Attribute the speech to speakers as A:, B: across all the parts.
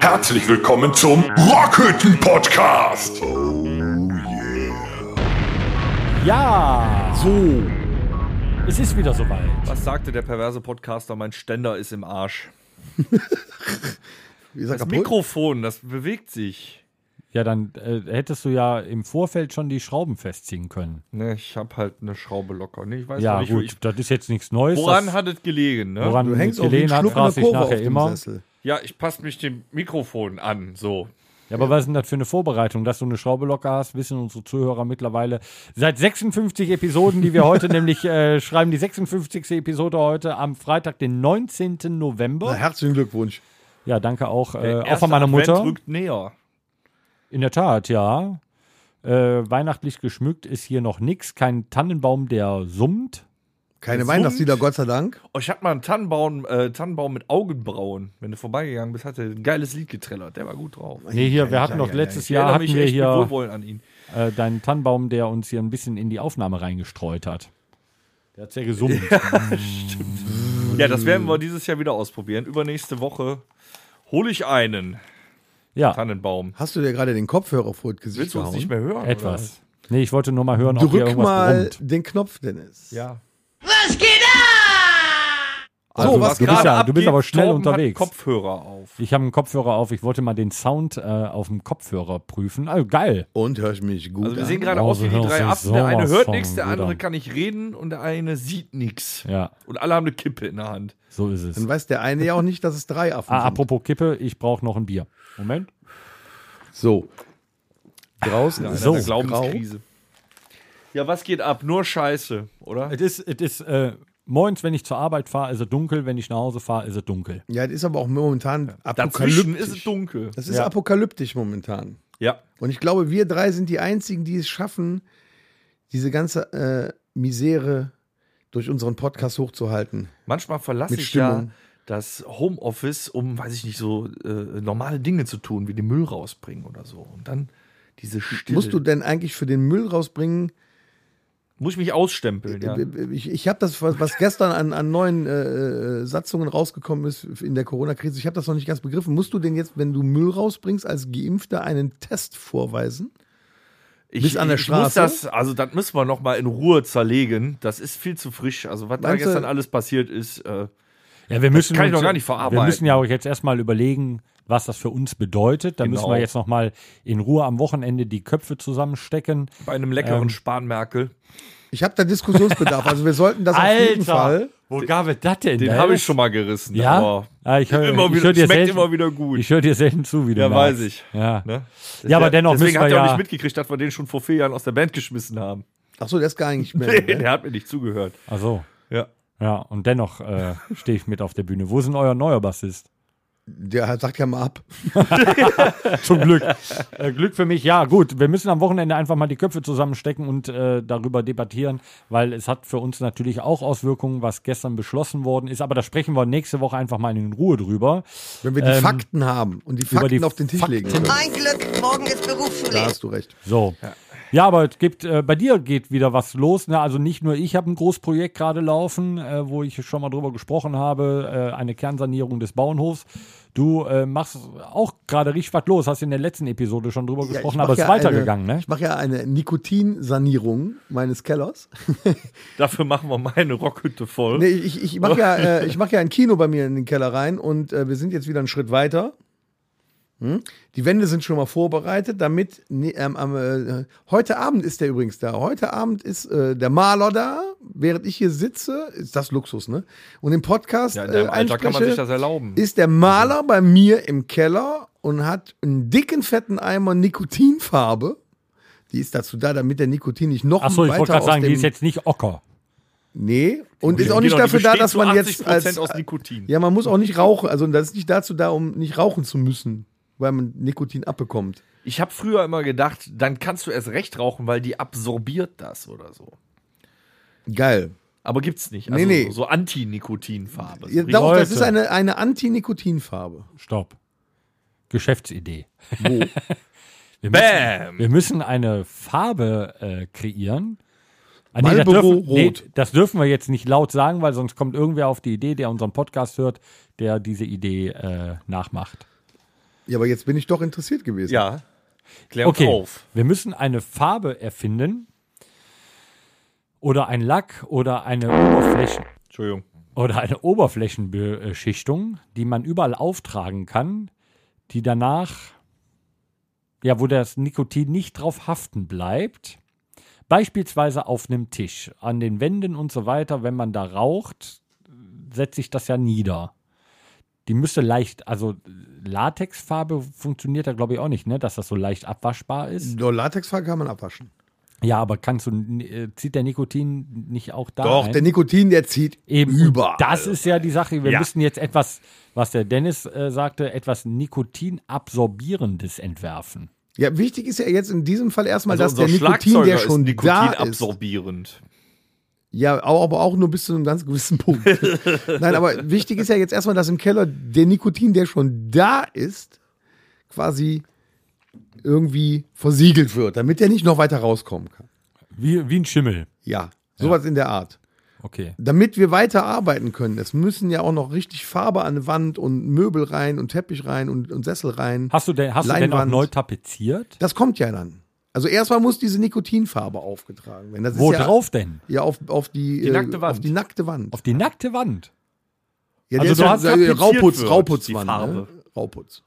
A: Herzlich willkommen zum Rockhütten Podcast. Oh
B: Ja, so. Es ist wieder soweit.
C: Was sagte der perverse Podcaster? Mein Ständer ist im Arsch.
D: Wie gesagt,
C: Das Mikrofon, das bewegt sich.
B: Ja, dann äh, hättest du ja im Vorfeld schon die Schrauben festziehen können.
C: Ne, ich hab halt eine Schraube locker. Ne, ich weiß noch
B: Ja,
C: nicht, wo
B: gut,
C: ich,
B: das ist jetzt nichts Neues.
C: woran
B: das,
C: hat es gelegen, ne?
B: woran
D: du hängst
B: es
D: auch wie ein
B: gelegen hat,
D: schluckender
B: frage ich
D: Kurve auf
B: nachher
D: dem
B: immer.
D: Sessel.
C: Ja, ich passe mich dem Mikrofon an, so.
B: Ja, aber was ist denn das für eine Vorbereitung? Dass du eine Schraube locker hast, wissen unsere Zuhörer mittlerweile seit 56 Episoden, die wir heute nämlich äh, schreiben, die 56. Episode heute am Freitag, den 19.
D: Na,
B: November.
D: herzlichen Glückwunsch.
B: Ja, danke auch,
C: Der
B: äh, auch
C: erste
B: von meiner
C: Advent
B: Mutter.
C: rückt näher.
B: In der Tat, ja. Äh, weihnachtlich geschmückt ist hier noch nichts. Kein Tannenbaum, der summt.
D: Keine
C: Gesund.
D: Weihnachtslieder, Gott sei Dank.
C: Oh, ich hab mal einen Tannenbaum, äh, Tannenbaum mit Augenbrauen. Wenn du vorbeigegangen bist, hat er ein geiles Lied getrellert. Der war gut drauf.
B: Nee, hier, wir hatten
D: ja,
B: doch
D: ja,
B: letztes
C: erinnere
B: Jahr hatten wir
C: echt mit
B: hier
C: Wohlwollen an ihn.
B: äh, deinen Tannenbaum, der uns hier ein bisschen in die Aufnahme reingestreut hat. Der hat sehr gesummt.
C: Ja, das werden wir dieses Jahr wieder ausprobieren. Übernächste Woche hole ich einen
B: Ja,
C: Tannenbaum.
D: Hast du dir gerade den Kopfhörer vor das Gesicht
C: Willst du uns
D: gehauen?
C: nicht mehr hören?
B: etwas. Nee, ich wollte nur mal hören, ob hier
D: Drück
B: irgendwas
D: mal
B: brummt.
D: den Knopf, Dennis.
C: Oder? Ja.
B: Also,
D: so, was
B: du bist,
C: gerade
B: ja, du bist
C: abgeht,
B: aber schnell
C: Torben hat
B: unterwegs.
C: Kopfhörer auf.
B: Ich habe einen Kopfhörer auf. Ich wollte mal den Sound äh, auf dem Kopfhörer prüfen. Also geil.
D: Und hörst mich gut
C: Also wir
D: an.
C: sehen gerade
B: Ja,
C: aus
B: so
C: wie die
B: hörst
C: drei
B: du
C: Affen. Der eine
B: sowas
C: hört
B: von,
C: nichts, der andere
B: Bruder.
C: kann nicht reden und der eine sieht nichts.
B: Ja,
C: Und alle haben eine Kippe in der Hand.
B: so ist es.
D: Dann weiß der eine ja auch nicht, dass es drei Affen
B: Ah,
D: sind.
B: apropos Kippe, ich brauche noch ein Bier. Moment.
D: So. Draußen
C: Ja,
D: ist
B: So.
C: eine
D: es grau.
C: Glaubenskrise. Ja, was geht ab? Nur Scheiße, oder?
B: Es ist, es ist äh, morgens, wenn ich zur Arbeit fahre, ist es dunkel. Wenn ich nach Hause fahre, ist es dunkel.
D: Ja, das ist aber auch momentan
C: Dazwischen
D: apokalyptisch.
C: ist es dunkel.
D: das ist
B: Ja.
D: apokalyptisch momentan.
C: Ja.
D: Und ich glaube, wir drei sind die einzigen, die es schaffen, diese ganze äh, Misere durch unseren Podcast hochzuhalten.
C: Manchmal verlasse
D: Mit
C: ich
D: Stimmung.
C: ja das Homeoffice, um, weiß ich nicht, so äh, normale Dinge zu tun, wie den Müll rausbringen oder so. Und dann diese Stille.
D: Musst du denn eigentlich für den Müll rausbringen? Äh,
C: Muss ich mich ausstempeln, ja.
D: Ich, ich habe das, was was gestern an, an neuen äh, äh, Satzungen rausgekommen ist in der Corona-Krise, ich habe das noch nicht ganz begriffen. Musst du denn jetzt, wenn du Müll rausbringst, als Geimpfter einen Test vorweisen?
C: Ich,
D: Bis an der
C: ich Muss
D: Straße?
C: das, also das müssen wir noch mal in Ruhe zerlegen. Das ist viel zu frisch. Also was da
D: Meinst du-
C: gestern alles passiert ist, äh,
B: Ja, wir müssen
C: kann ich
B: uns-
C: doch gar nicht verarbeiten.
B: Wir müssen ja auch jetzt erstmal überlegen, was das für uns bedeutet. Da
C: Genau.
B: müssen wir jetzt nochmal in Ruhe am Wochenende die Köpfe zusammenstecken.
C: bei einem leckeren
B: Ähm,
C: Spanmerkel.
D: Ich habe da Diskussionsbedarf. Also wir sollten das auf jeden Fall.
B: wo gab es das denn?
C: Den habe ich schon mal gerissen.
B: Ja,
C: aber,
B: ja ich höre
C: Immer
B: ich
C: wieder-
B: hör dir
C: schmeckt
B: selten,
C: immer wieder gut.
B: Ich höre dir selten zu, wie du
C: Ja,
B: merkst.
C: weiß ich.
B: Ja.
C: ne?
B: Ja, aber dennoch
C: Deswegen
B: müssen
C: hat
B: wir
C: er auch
B: ja-
C: nicht mitgekriegt, dass wir den schon vor vier Jahren aus der Band geschmissen haben.
D: Achso, der ist gar nicht mehr.
C: Nee,
D: ne?
C: der hat mir nicht zugehört.
B: Ach so.
C: Ja.
B: Ja, und dennoch äh, stehe ich mit auf der Bühne. Wo ist denn euer neuer Bassist?
D: Der sagt ja mal ab.
B: Zum Glück. äh, Glück für mich, ja, gut. Wir müssen am Wochenende einfach mal die Köpfe zusammenstecken und äh, darüber debattieren, weil es hat für uns natürlich auch Auswirkungen, was gestern beschlossen worden ist. Aber da sprechen wir nächste Woche einfach mal in Ruhe drüber.
D: Wenn wir die
B: Ähm,
D: Fakten haben und die
B: über
D: Fakten
B: die
D: auf den Tisch
B: Fakten.
D: legen können.
E: Ein Glück, morgen ist
D: Da
E: Berufsschule.
D: hast du recht.
B: So. Ja, aber es gibt, äh, bei dir geht wieder was los. Ne? Also nicht nur ich habe ein Großprojekt gerade laufen, äh, wo ich schon mal drüber gesprochen habe, äh, eine Kernsanierung des Bauernhofs. Du äh, machst auch gerade richtig was los, hast in der letzten Episode schon drüber
D: Ja, ich
B: gesprochen,
D: mach
B: aber es
D: ja
B: ist weitergegangen,
D: eine,
B: ne?
D: Ich mache ja eine Nikotinsanierung meines Kellers.
C: Dafür machen wir meine Rockhütte voll.
D: Nee, ich ich mache ja, äh, ich mach ja ein Kino bei mir in den Keller rein und äh, wir sind jetzt wieder einen Schritt weiter. Hm? Die Wände sind schon mal vorbereitet, damit ne, ähm, am, äh, heute Abend ist der übrigens da. Heute Abend ist äh, der Maler da, während ich hier sitze. Ist das Luxus, ne? Und im Podcast
C: ja, in deinem
D: äh,
C: Alter kann man
D: einspreche,
C: sich das erlauben.
D: ist der Maler bei mir im Keller und hat einen dicken, fetten Eimer Nikotinfarbe. Die ist dazu da, damit der Nikotin nicht noch
B: Achso, ich wollte
D: weiter
B: gerade
D: aus
B: sagen,
D: dem...
B: die ist jetzt nicht Ocker.
D: nee, und ist
C: Die
D: auch
C: geht-
D: nicht
C: die
D: dafür da,
C: besteht
D: dass
C: zu
D: man jetzt
C: 80%
D: als...
C: aus Nikotin.
D: Ja, man muss auch nicht rauchen. Also das ist nicht dazu da, um nicht rauchen zu müssen, weil man Nikotin abbekommt.
C: Ich habe früher immer gedacht, dann kannst du erst recht rauchen, weil die absorbiert das oder so.
D: Geil.
C: Aber gibt's nicht. Also
D: Nee, nee.
C: So Genau. Anti-Nikotin-Farbe. So
D: Ja,
C: richtig-
D: doch, das
B: Leute.
D: ist eine, eine Anti-Nikotin-Farbe.
B: Stopp. Geschäftsidee.
D: Wo?
B: Wir müssen,
C: Bam!
B: wir müssen eine Farbe äh, kreieren, Ah, nee, das,
D: Marlboro
B: dürfen, nee,
D: Rot.
B: das dürfen wir jetzt nicht laut sagen, weil sonst kommt irgendwer auf die Idee, der unseren Podcast hört, der diese Idee äh, nachmacht.
D: Ja, aber jetzt bin ich doch interessiert gewesen.
C: Ja. Klär
B: Okay,
C: auf.
B: wir müssen eine Farbe erfinden oder ein Lack oder eine Oberfläche
C: Entschuldigung.
B: oder eine Oberflächenbeschichtung, die man überall auftragen kann, die danach, ja, wo das Nikotin nicht drauf haften bleibt. Beispielsweise auf einem Tisch, an den Wänden und so weiter, wenn man da raucht, setzt sich das ja nieder. Die müsste leicht, also Latexfarbe funktioniert da glaube ich auch nicht, ne? dass das so leicht abwaschbar ist.
D: Nur Latexfarbe kann man abwaschen.
B: Ja, aber kannst du, äh, zieht der Nikotin nicht auch da
D: Doch,
B: ein?
D: der Nikotin, der zieht
B: Eben. und
D: über.
B: Das ist ja die Sache. Wir
C: Ja.
B: müssen jetzt etwas, was der Dennis äh, sagte, etwas Nikotinabsorbierendes entwerfen.
D: Ja, wichtig ist ja jetzt in diesem Fall erstmal,
C: Also
D: dass der
C: unser
D: Nikotin,
C: Schlagzeuger
D: der schon
C: ist
D: da ist.
C: nikotinabsorbierend.
D: Ja, au- aber auch nur bis zu einem ganz gewissen Punkt. Nein, aber wichtig ist ja jetzt erstmal, dass im Keller der Nikotin, der schon da ist, quasi irgendwie versiegelt wird, damit der nicht noch weiter rauskommen kann.
B: Wie, wie ein Schimmel.
D: Ja, sowas in der Art.
B: Okay.
D: Damit wir weiter arbeiten können, es müssen ja auch noch richtig Farbe an die Wand und Möbel rein und Teppich rein und, und Sessel rein.
B: Hast du denn, hast du denn auch
D: Leinwand.
B: neu tapeziert?
D: Das kommt ja dann. Also erstmal muss diese Nikotinfarbe aufgetragen werden. Das
B: Wo
D: ist ja,
B: drauf denn?
D: Ja, auf, auf die, äh,
C: nackte Wand.
D: auf die nackte Wand.
B: Auf die nackte Wand.
D: Ja,
B: Also du
D: also du
B: hast
C: tapeziert
D: Rauputz,
C: wird,
D: Rauputzwand.
C: die Farbe.
D: Ne? Rauputz.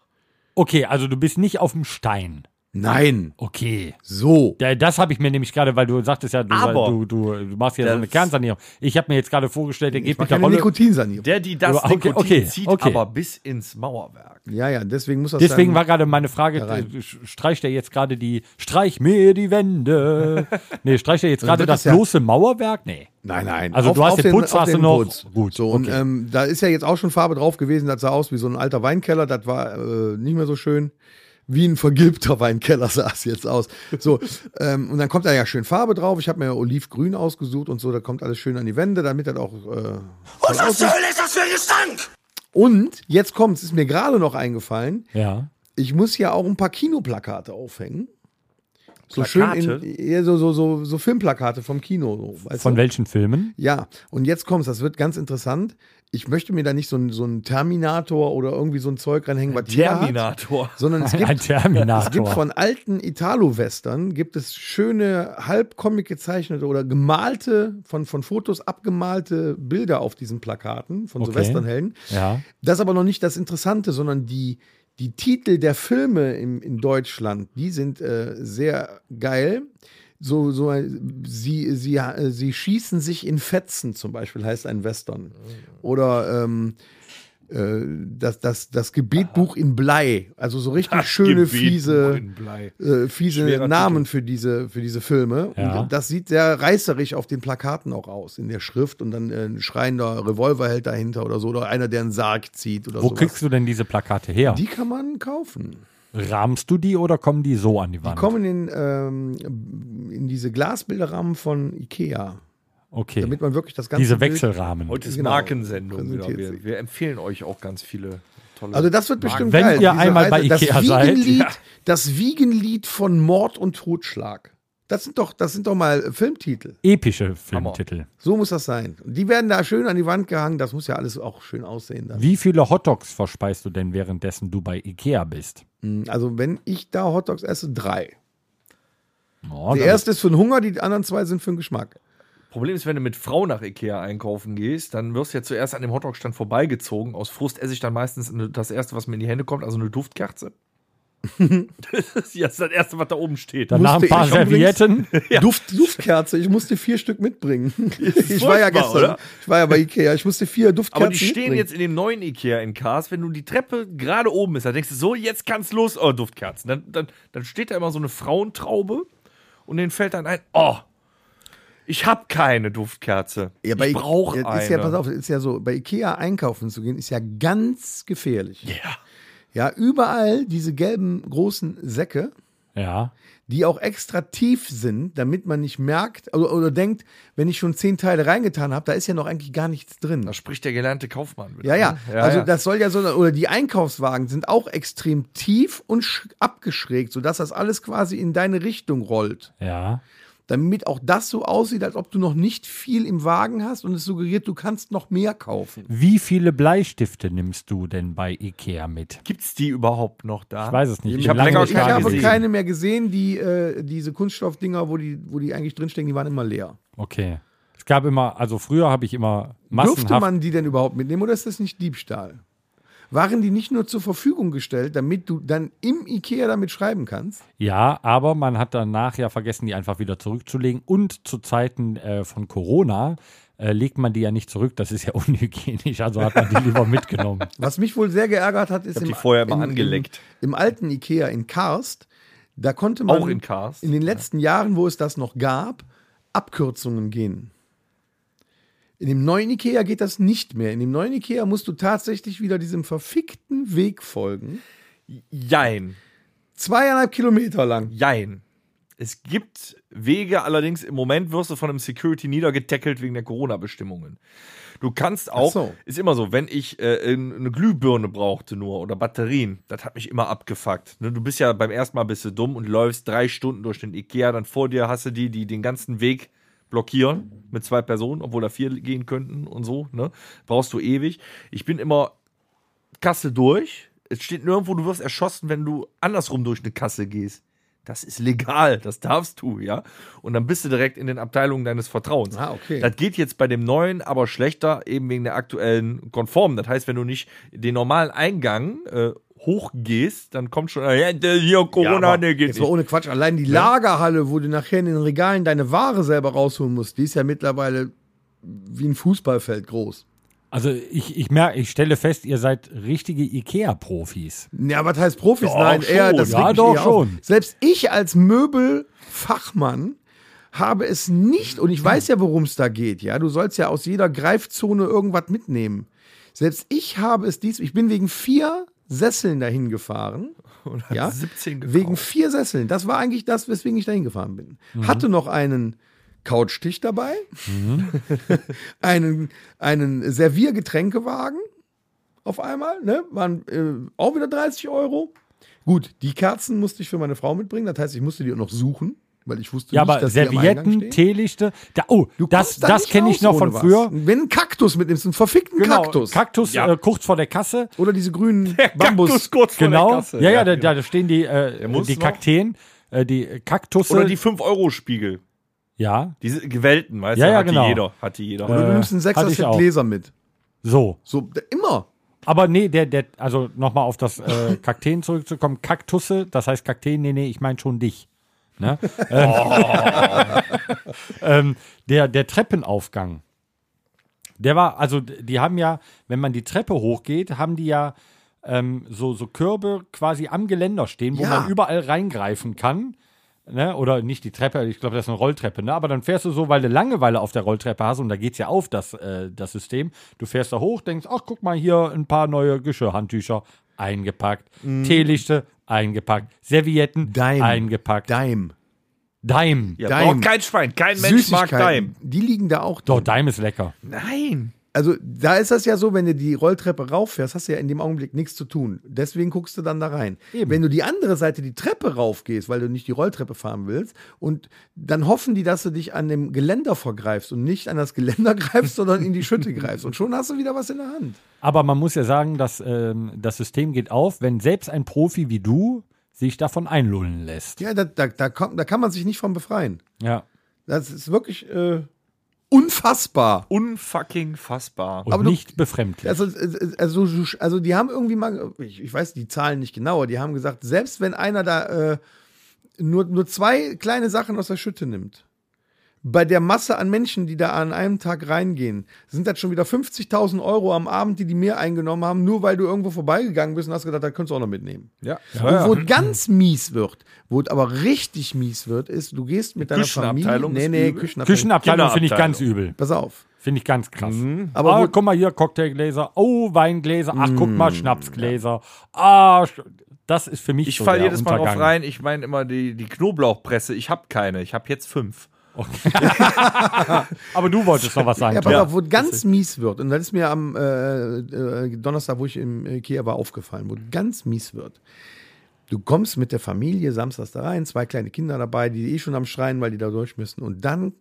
B: Okay, also du bist nicht auf dem Stein.
D: Nein,
B: Okay.
D: so.
B: Da- Das habe ich mir nämlich gerade, weil du sagtest ja, du,
C: Aber-
B: du, du, du machst ja so eine
C: Das-
B: Kernsanierung. Ich habe mir jetzt gerade vorgestellt, der
D: Ich
B: geht
D: mach
B: mit der
D: keine
B: Rolle.
D: Nikotinsanierung.
C: Der, die das
B: Aber okay,
C: Nikotin
B: okay,
C: zieht,
B: okay.
C: aber bis ins Mauerwerk.
D: Ja, ja, deswegen muss das
B: Deswegen war
D: dann,
B: gerade meine Frage,
D: rein.
B: äh, sch- streicht er jetzt gerade die, streich mir die Wände. nee, streicht er jetzt
D: Dann
B: gerade
D: wird
B: das
D: das ja-
B: bloße Mauerwerk? Nee.
D: Nein, nein.
B: Also du hast den Putz,
D: auf
B: hast du noch- Gut,
D: Gut, so, und
B: okay.
D: ähm, da ist ja jetzt auch schon Farbe drauf gewesen, das sah aus wie so ein alter Weinkeller, das war äh, nicht mehr so schön. Wie ein vergilbter Weinkeller sah es jetzt aus. So, ähm, und dann kommt da ja schön Farbe drauf. Ich habe mir olivgrün ausgesucht und so, da kommt alles schön an die Wände, damit das auch äh,
A: Und was zur Hölle ist das für ein Gestank?
D: Und jetzt kommt's, ist mir gerade noch eingefallen.
B: Ja.
D: Ich muss ja auch ein paar Kinoplakate aufhängen. So
C: Plakate?
D: schön in ja, so, so, so, so Filmplakate vom Kino. So, weißt
B: Von
D: du?
B: welchen Filmen?
D: Ja, und jetzt kommt's, das wird ganz interessant. Ich möchte mir da nicht so einen so ein Terminator oder irgendwie so ein Zeug ranhängen, was jeder hat,
C: Terminator.
D: sondern es
B: Ein
D: gibt, es gibt
B: Terminator.
D: von alten Italo-Western gibt es schöne halbcomic gezeichnete oder gemalte, von, von Fotos abgemalte Bilder auf diesen Plakaten von so
B: Okay.
D: Westernhelden.
B: Ja.
D: Das ist aber noch nicht das Interessante, sondern die, die Titel der Filme im, in Deutschland, die sind äh, sehr geil. So, so äh, sie, sie, äh, sie schießen sich in Fetzen, zum Beispiel heißt ein Western. Oder ähm, äh, das, das, das Gebetbuch in Blei. Also so richtig schöne,
C: Gebet,
D: fiese
C: in Blei.
D: äh, fiese
C: Schwerer
D: Namen für diese, für diese Filme.
B: Ja.
D: Und das sieht sehr reißerisch auf den Plakaten auch aus, in der Schrift. Und dann äh, ein schreiender Revolverheld dahinter oder so, oder einer, der einen Sarg zieht oder
B: Wo
D: so.
B: kriegst du denn diese Plakate her?
D: Die kann man kaufen.
B: Rahmst du die oder kommen die so an die Wand?
D: Die kommen in, ähm, in diese Glasbilderrahmen von Ikea,
B: okay.
D: damit man wirklich das ganze
B: Diese
D: Bild-
B: Wechselrahmen.
C: Heute ist
D: Genau.
C: Markensendung wieder.
D: Präsentiert
C: Wir,
D: sie.
C: wir empfehlen euch auch ganz viele tolle.
D: Also das wird bestimmt
B: Wenn
D: geil.
B: ihr einmal bei
D: das
B: Ikea seid,
D: Wiegenlied,
B: ja.
D: Das Wiegenlied von Mord und Totschlag. Das sind doch, das sind doch mal Filmtitel.
B: Epische Filmtitel.
D: So muss das sein. Und die werden da schön an die Wand gehangen. Das muss ja alles auch schön aussehen. Dann.
B: Wie viele Hotdogs verspeist du denn, währenddessen du bei Ikea bist?
D: Mm, Also, wenn ich da Hotdogs esse, drei.
B: Oh,
D: Die
B: damit-
D: erste ist für den Hunger, die anderen zwei sind für den Geschmack.
C: Problem ist, wenn du mit Frau nach Ikea einkaufen gehst, dann wirst du ja zuerst an dem Hotdog-Stand vorbeigezogen. Aus Frust esse ich dann meistens eine, das Erste, was mir in die Hände kommt, also eine Duftkerze. das ist jetzt das Erste, was da oben steht.
B: Danach ein
D: musste
B: paar
D: ich übrigens-
B: Servietten.
D: Duft, Duftkerze, ich musste vier Stück mitbringen. Ich war ja
C: furchtbar,
D: gestern,
C: oder?
D: ich war ja bei Ikea, ich musste vier Duftkerzen
C: Aber die stehen
D: mitbringen.
C: jetzt in dem neuen Ikea in Kars. Wenn du die Treppe gerade oben ist, dann denkst du so, jetzt kann's los. Oh, Duftkerzen. Dann, dann, dann steht da immer so eine Frauentraube und denen fällt dann ein, oh, ich hab keine Duftkerze.
D: ja, bei
C: ich
D: Ike-
C: brauch
D: ja,
C: eine.
D: Ist ja, pass auf, ist ja so, bei Ikea einkaufen zu gehen, ist ja ganz gefährlich.
C: Ja.
D: Ja, überall diese gelben großen Säcke.
B: Ja.
D: die auch extra tief sind, damit man nicht merkt also, oder, oder denkt, wenn ich schon zehn Teile reingetan habe, da ist ja noch eigentlich gar nichts drin.
C: Da spricht der gelernte Kaufmann. wieder,
D: Ja, ja.
C: ne?
D: Also das soll ja so oder die Einkaufswagen sind auch extrem tief und sch- abgeschrägt, sodass das alles quasi in deine Richtung rollt.
B: Ja.
D: damit auch das so aussieht, als ob du noch nicht viel im Wagen hast und es suggeriert, du kannst noch mehr kaufen.
B: Wie viele Bleistifte nimmst du denn bei Ikea mit?
C: Gibt's die überhaupt noch da?
B: Ich weiß es nicht.
C: Ich hab
B: bin
C: länger
B: lange nicht
D: Ich
C: keine
B: da
D: habe
C: gesehen.
D: keine mehr gesehen, die äh, diese Kunststoffdinger, wo die, wo die eigentlich drinstecken, die waren immer leer.
B: Okay. Es gab immer, also früher habe ich immer
D: Dürfte
B: massenhaft.
D: man die denn überhaupt mitnehmen oder ist das nicht Diebstahl? Waren die nicht nur zur Verfügung gestellt, damit du dann im Ikea damit schreiben kannst?
B: Ja, aber man hat danach ja vergessen, die einfach wieder zurückzulegen. Und zu Zeiten äh, von Corona äh, legt man die ja nicht zurück. Das ist ja unhygienisch. Also hat man die lieber mitgenommen.
D: Was mich wohl sehr geärgert hat, ist
C: hab die vorher immer angeleckt.
D: Im, im alten Ikea in Karst, da konnte man
C: Auch in Karst?
D: in den letzten Jahren, wo es das noch gab, Abkürzungen gehen. In dem neuen Ikea geht das nicht mehr. In dem neuen Ikea musst du tatsächlich wieder diesem verfickten Weg folgen.
C: Jein.
D: Zweieinhalb Kilometer lang.
C: Jein. Es gibt Wege, allerdings im Moment wirst du von einem Security niedergetackelt wegen der Corona-Bestimmungen. Du kannst auch,
D: Ach so.
C: ist immer so, wenn ich äh, eine Glühbirne brauchte nur oder Batterien, das hat mich immer abgefuckt. Ne, Du bist ja beim ersten Mal bist du dumm und läufst drei Stunden durch den Ikea, dann vor dir hast du die, die den ganzen Weg blockieren mit zwei Personen, obwohl da vier gehen könnten und so. Ne? Brauchst du ewig. Ich bin immer Kasse durch. Es steht nirgendwo, du wirst erschossen, wenn du andersrum durch eine Kasse gehst. Das ist legal, das darfst du, ja. Und dann bist du direkt in den Abteilungen deines Vertrauens.
D: Ah, okay.
C: Das geht jetzt bei dem neuen, aber schlechter, eben wegen der aktuellen Konform. Das heißt, wenn du nicht den normalen Eingang äh, hochgehst, dann kommt schon, äh, hier Corona,
D: aber
C: ne, geht
D: Jetzt mal
C: nicht. Ne?
D: ohne Quatsch. Allein die Lagerhalle, wo du nachher in den Regalen deine Ware selber rausholen musst, die ist ja mittlerweile wie ein Fußballfeld groß.
B: Also ich, ich merke, ich stelle fest, ihr seid richtige Ikea-Profis.
D: Ja, was heißt Profis?
C: Doch,
D: Nein, eher
C: schon.
D: das
B: Ja,
D: regt mich
B: doch,
D: eher auf.
B: schon.
D: Selbst ich als Möbelfachmann habe es nicht, und ich weiß ja, worum es da geht, ja. Du sollst ja aus jeder Greifzone irgendwas mitnehmen. Selbst ich habe es dies, ich bin wegen vier Sesseln dahin gefahren.
C: Und hat
D: Ja,
C: 17 gekauft.
D: wegen vier Sesseln. Das war eigentlich das, weswegen ich dahin gefahren bin. Hatte noch einen Couchtisch dabei, einen, einen Serviergetränkewagen auf einmal, ne? waren äh, auch wieder 30 Euro. Gut, die Kerzen musste ich für meine Frau mitbringen, das heißt, ich musste die auch noch suchen, weil ich wusste
B: Ja,
D: nicht,
B: aber
D: dass die am Eingang
B: Servietten,
D: stehen.
B: Teelichte. Da, oh,
D: Du
B: das,
D: kommst da
B: das
D: nicht
B: kenne ich
D: raus
B: noch von
D: ohne was.
B: früher. Genau,
D: Wenn einen Kaktus mitnimmst, einen verfickten Kaktus.
B: Kaktus
C: Ja.
B: äh, kurz vor der Kasse.
D: Oder diese grünen
C: Kaktus
D: Bambus.
C: kurz vor
B: Genau.
C: der Kasse.
B: ja, ja, da, da stehen die, äh,
C: muss
B: die
C: noch.
B: Kakteen, äh, die Kaktusse.
C: Oder die 5-Euro-Spiegel.
B: ja,
C: Diese gewellten, weißt
B: Ja,
C: du?
B: ja,
C: hat
B: genau.
C: die jeder. Hat die jeder.
D: Oder du
B: Äh,
D: nimmst einen
B: hatte ich
D: Sechser-Set
B: auch.
D: Gläser mit.
B: so.
D: So, da- immer.
B: Aber nee, der, der, also nochmal auf das äh, Kakteen zurückzukommen. Kaktusse, das heißt Kakteen, nee, nee, ich meine schon dich. Ne?
C: Oh.
B: ähm, ähm, der, der Treppenaufgang, der war, also die haben ja, wenn man die Treppe hochgeht, haben die ja ähm, so, so Körbe quasi am Geländer stehen, wo
D: Ja.
B: man überall reingreifen kann. Ne? Oder nicht die Treppe, ich glaube, das ist eine Rolltreppe, ne? Aber dann fährst du so, weil du Langeweile auf der Rolltreppe hast und da geht's ja auf, das, äh, das System. Du fährst da hoch, denkst, ach, guck mal, hier ein paar neue Geschirrhandtücher eingepackt,
D: Mhm.
B: Teelichte eingepackt, Servietten
D: Dime.
B: eingepackt,
D: Dime.
B: Dime.
C: Ja,
D: Daim.
C: braucht kein Schwein. Kein Mensch mag Daim.
D: Die liegen da auch
B: Doch,
D: drin.
B: Dime ist lecker.
C: Nein.
D: Also da ist das ja so, wenn du die Rolltreppe rauffährst, hast du ja in dem Augenblick nichts zu tun. Deswegen guckst du dann da rein.
B: Eben.
D: Wenn du die andere Seite die Treppe raufgehst, weil du nicht die Rolltreppe fahren willst, und dann hoffen die, dass du dich an dem Geländer vergreifst und nicht an das Geländer greifst, sondern in die Schütte greifst. Und schon hast du wieder was in der Hand.
B: Aber man muss ja sagen, dass ähm, das System geht auf, wenn selbst ein Profi wie du sich davon einlullen lässt.
D: Ja, da, da, da, kommt, da kann man sich nicht von befreien.
B: Ja.
D: Das ist wirklich äh, unfassbar.
C: Unfucking fassbar.
B: Und
D: Aber du-
B: nicht befremdlich.
D: Also, äh, also, so- also die haben irgendwie mal, ich, ich weiß die Zahlen nicht genauer, die haben gesagt, selbst wenn einer da äh, nur, nur zwei kleine Sachen aus der Schütte nimmt, bei der Masse an Menschen, die da an einem Tag reingehen, sind das schon wieder 50.000 Euro am Abend, die die mehr eingenommen haben, nur weil du irgendwo vorbeigegangen bist und hast gedacht, da könntest du auch noch mitnehmen.
C: Ja.
D: Und wo es ganz mies wird, wo es aber richtig mies wird, ist, du gehst mit deiner Familie.
C: Küchenabteilung
D: Nee,
C: ist
D: nee,
C: übel.
D: Küchenabteilung.
B: Küchenabteilung finde ich ganz
C: Kinderabteilung.
B: übel.
D: Pass auf.
B: Finde ich ganz krass.
C: Mhm.
D: Aber
B: Aber ah,
D: wo-
B: guck mal hier, Cocktailgläser. Oh, Weingläser. Ach,
C: Mhm.
B: guck mal, Schnapsgläser. Ah, sch- das ist für mich
C: Ich
B: so
C: falle
B: der
C: jedes Mal drauf
B: Untergang.
C: rein. Ich meine immer die, die Knoblauchpresse. Ich habe keine. Ich habe jetzt fünf.
B: Aber du wolltest noch was sagen.
D: Ja, pass
B: Tom.
D: auf, wo es ganz mies wird, und das ist mir am äh, äh, Donnerstag, wo ich im Ikea war, aufgefallen, wo es ganz mies wird. Du kommst mit der Familie samstags da rein, zwei kleine Kinder dabei, die eh schon am Schreien, weil die da durch müssen. Und dann,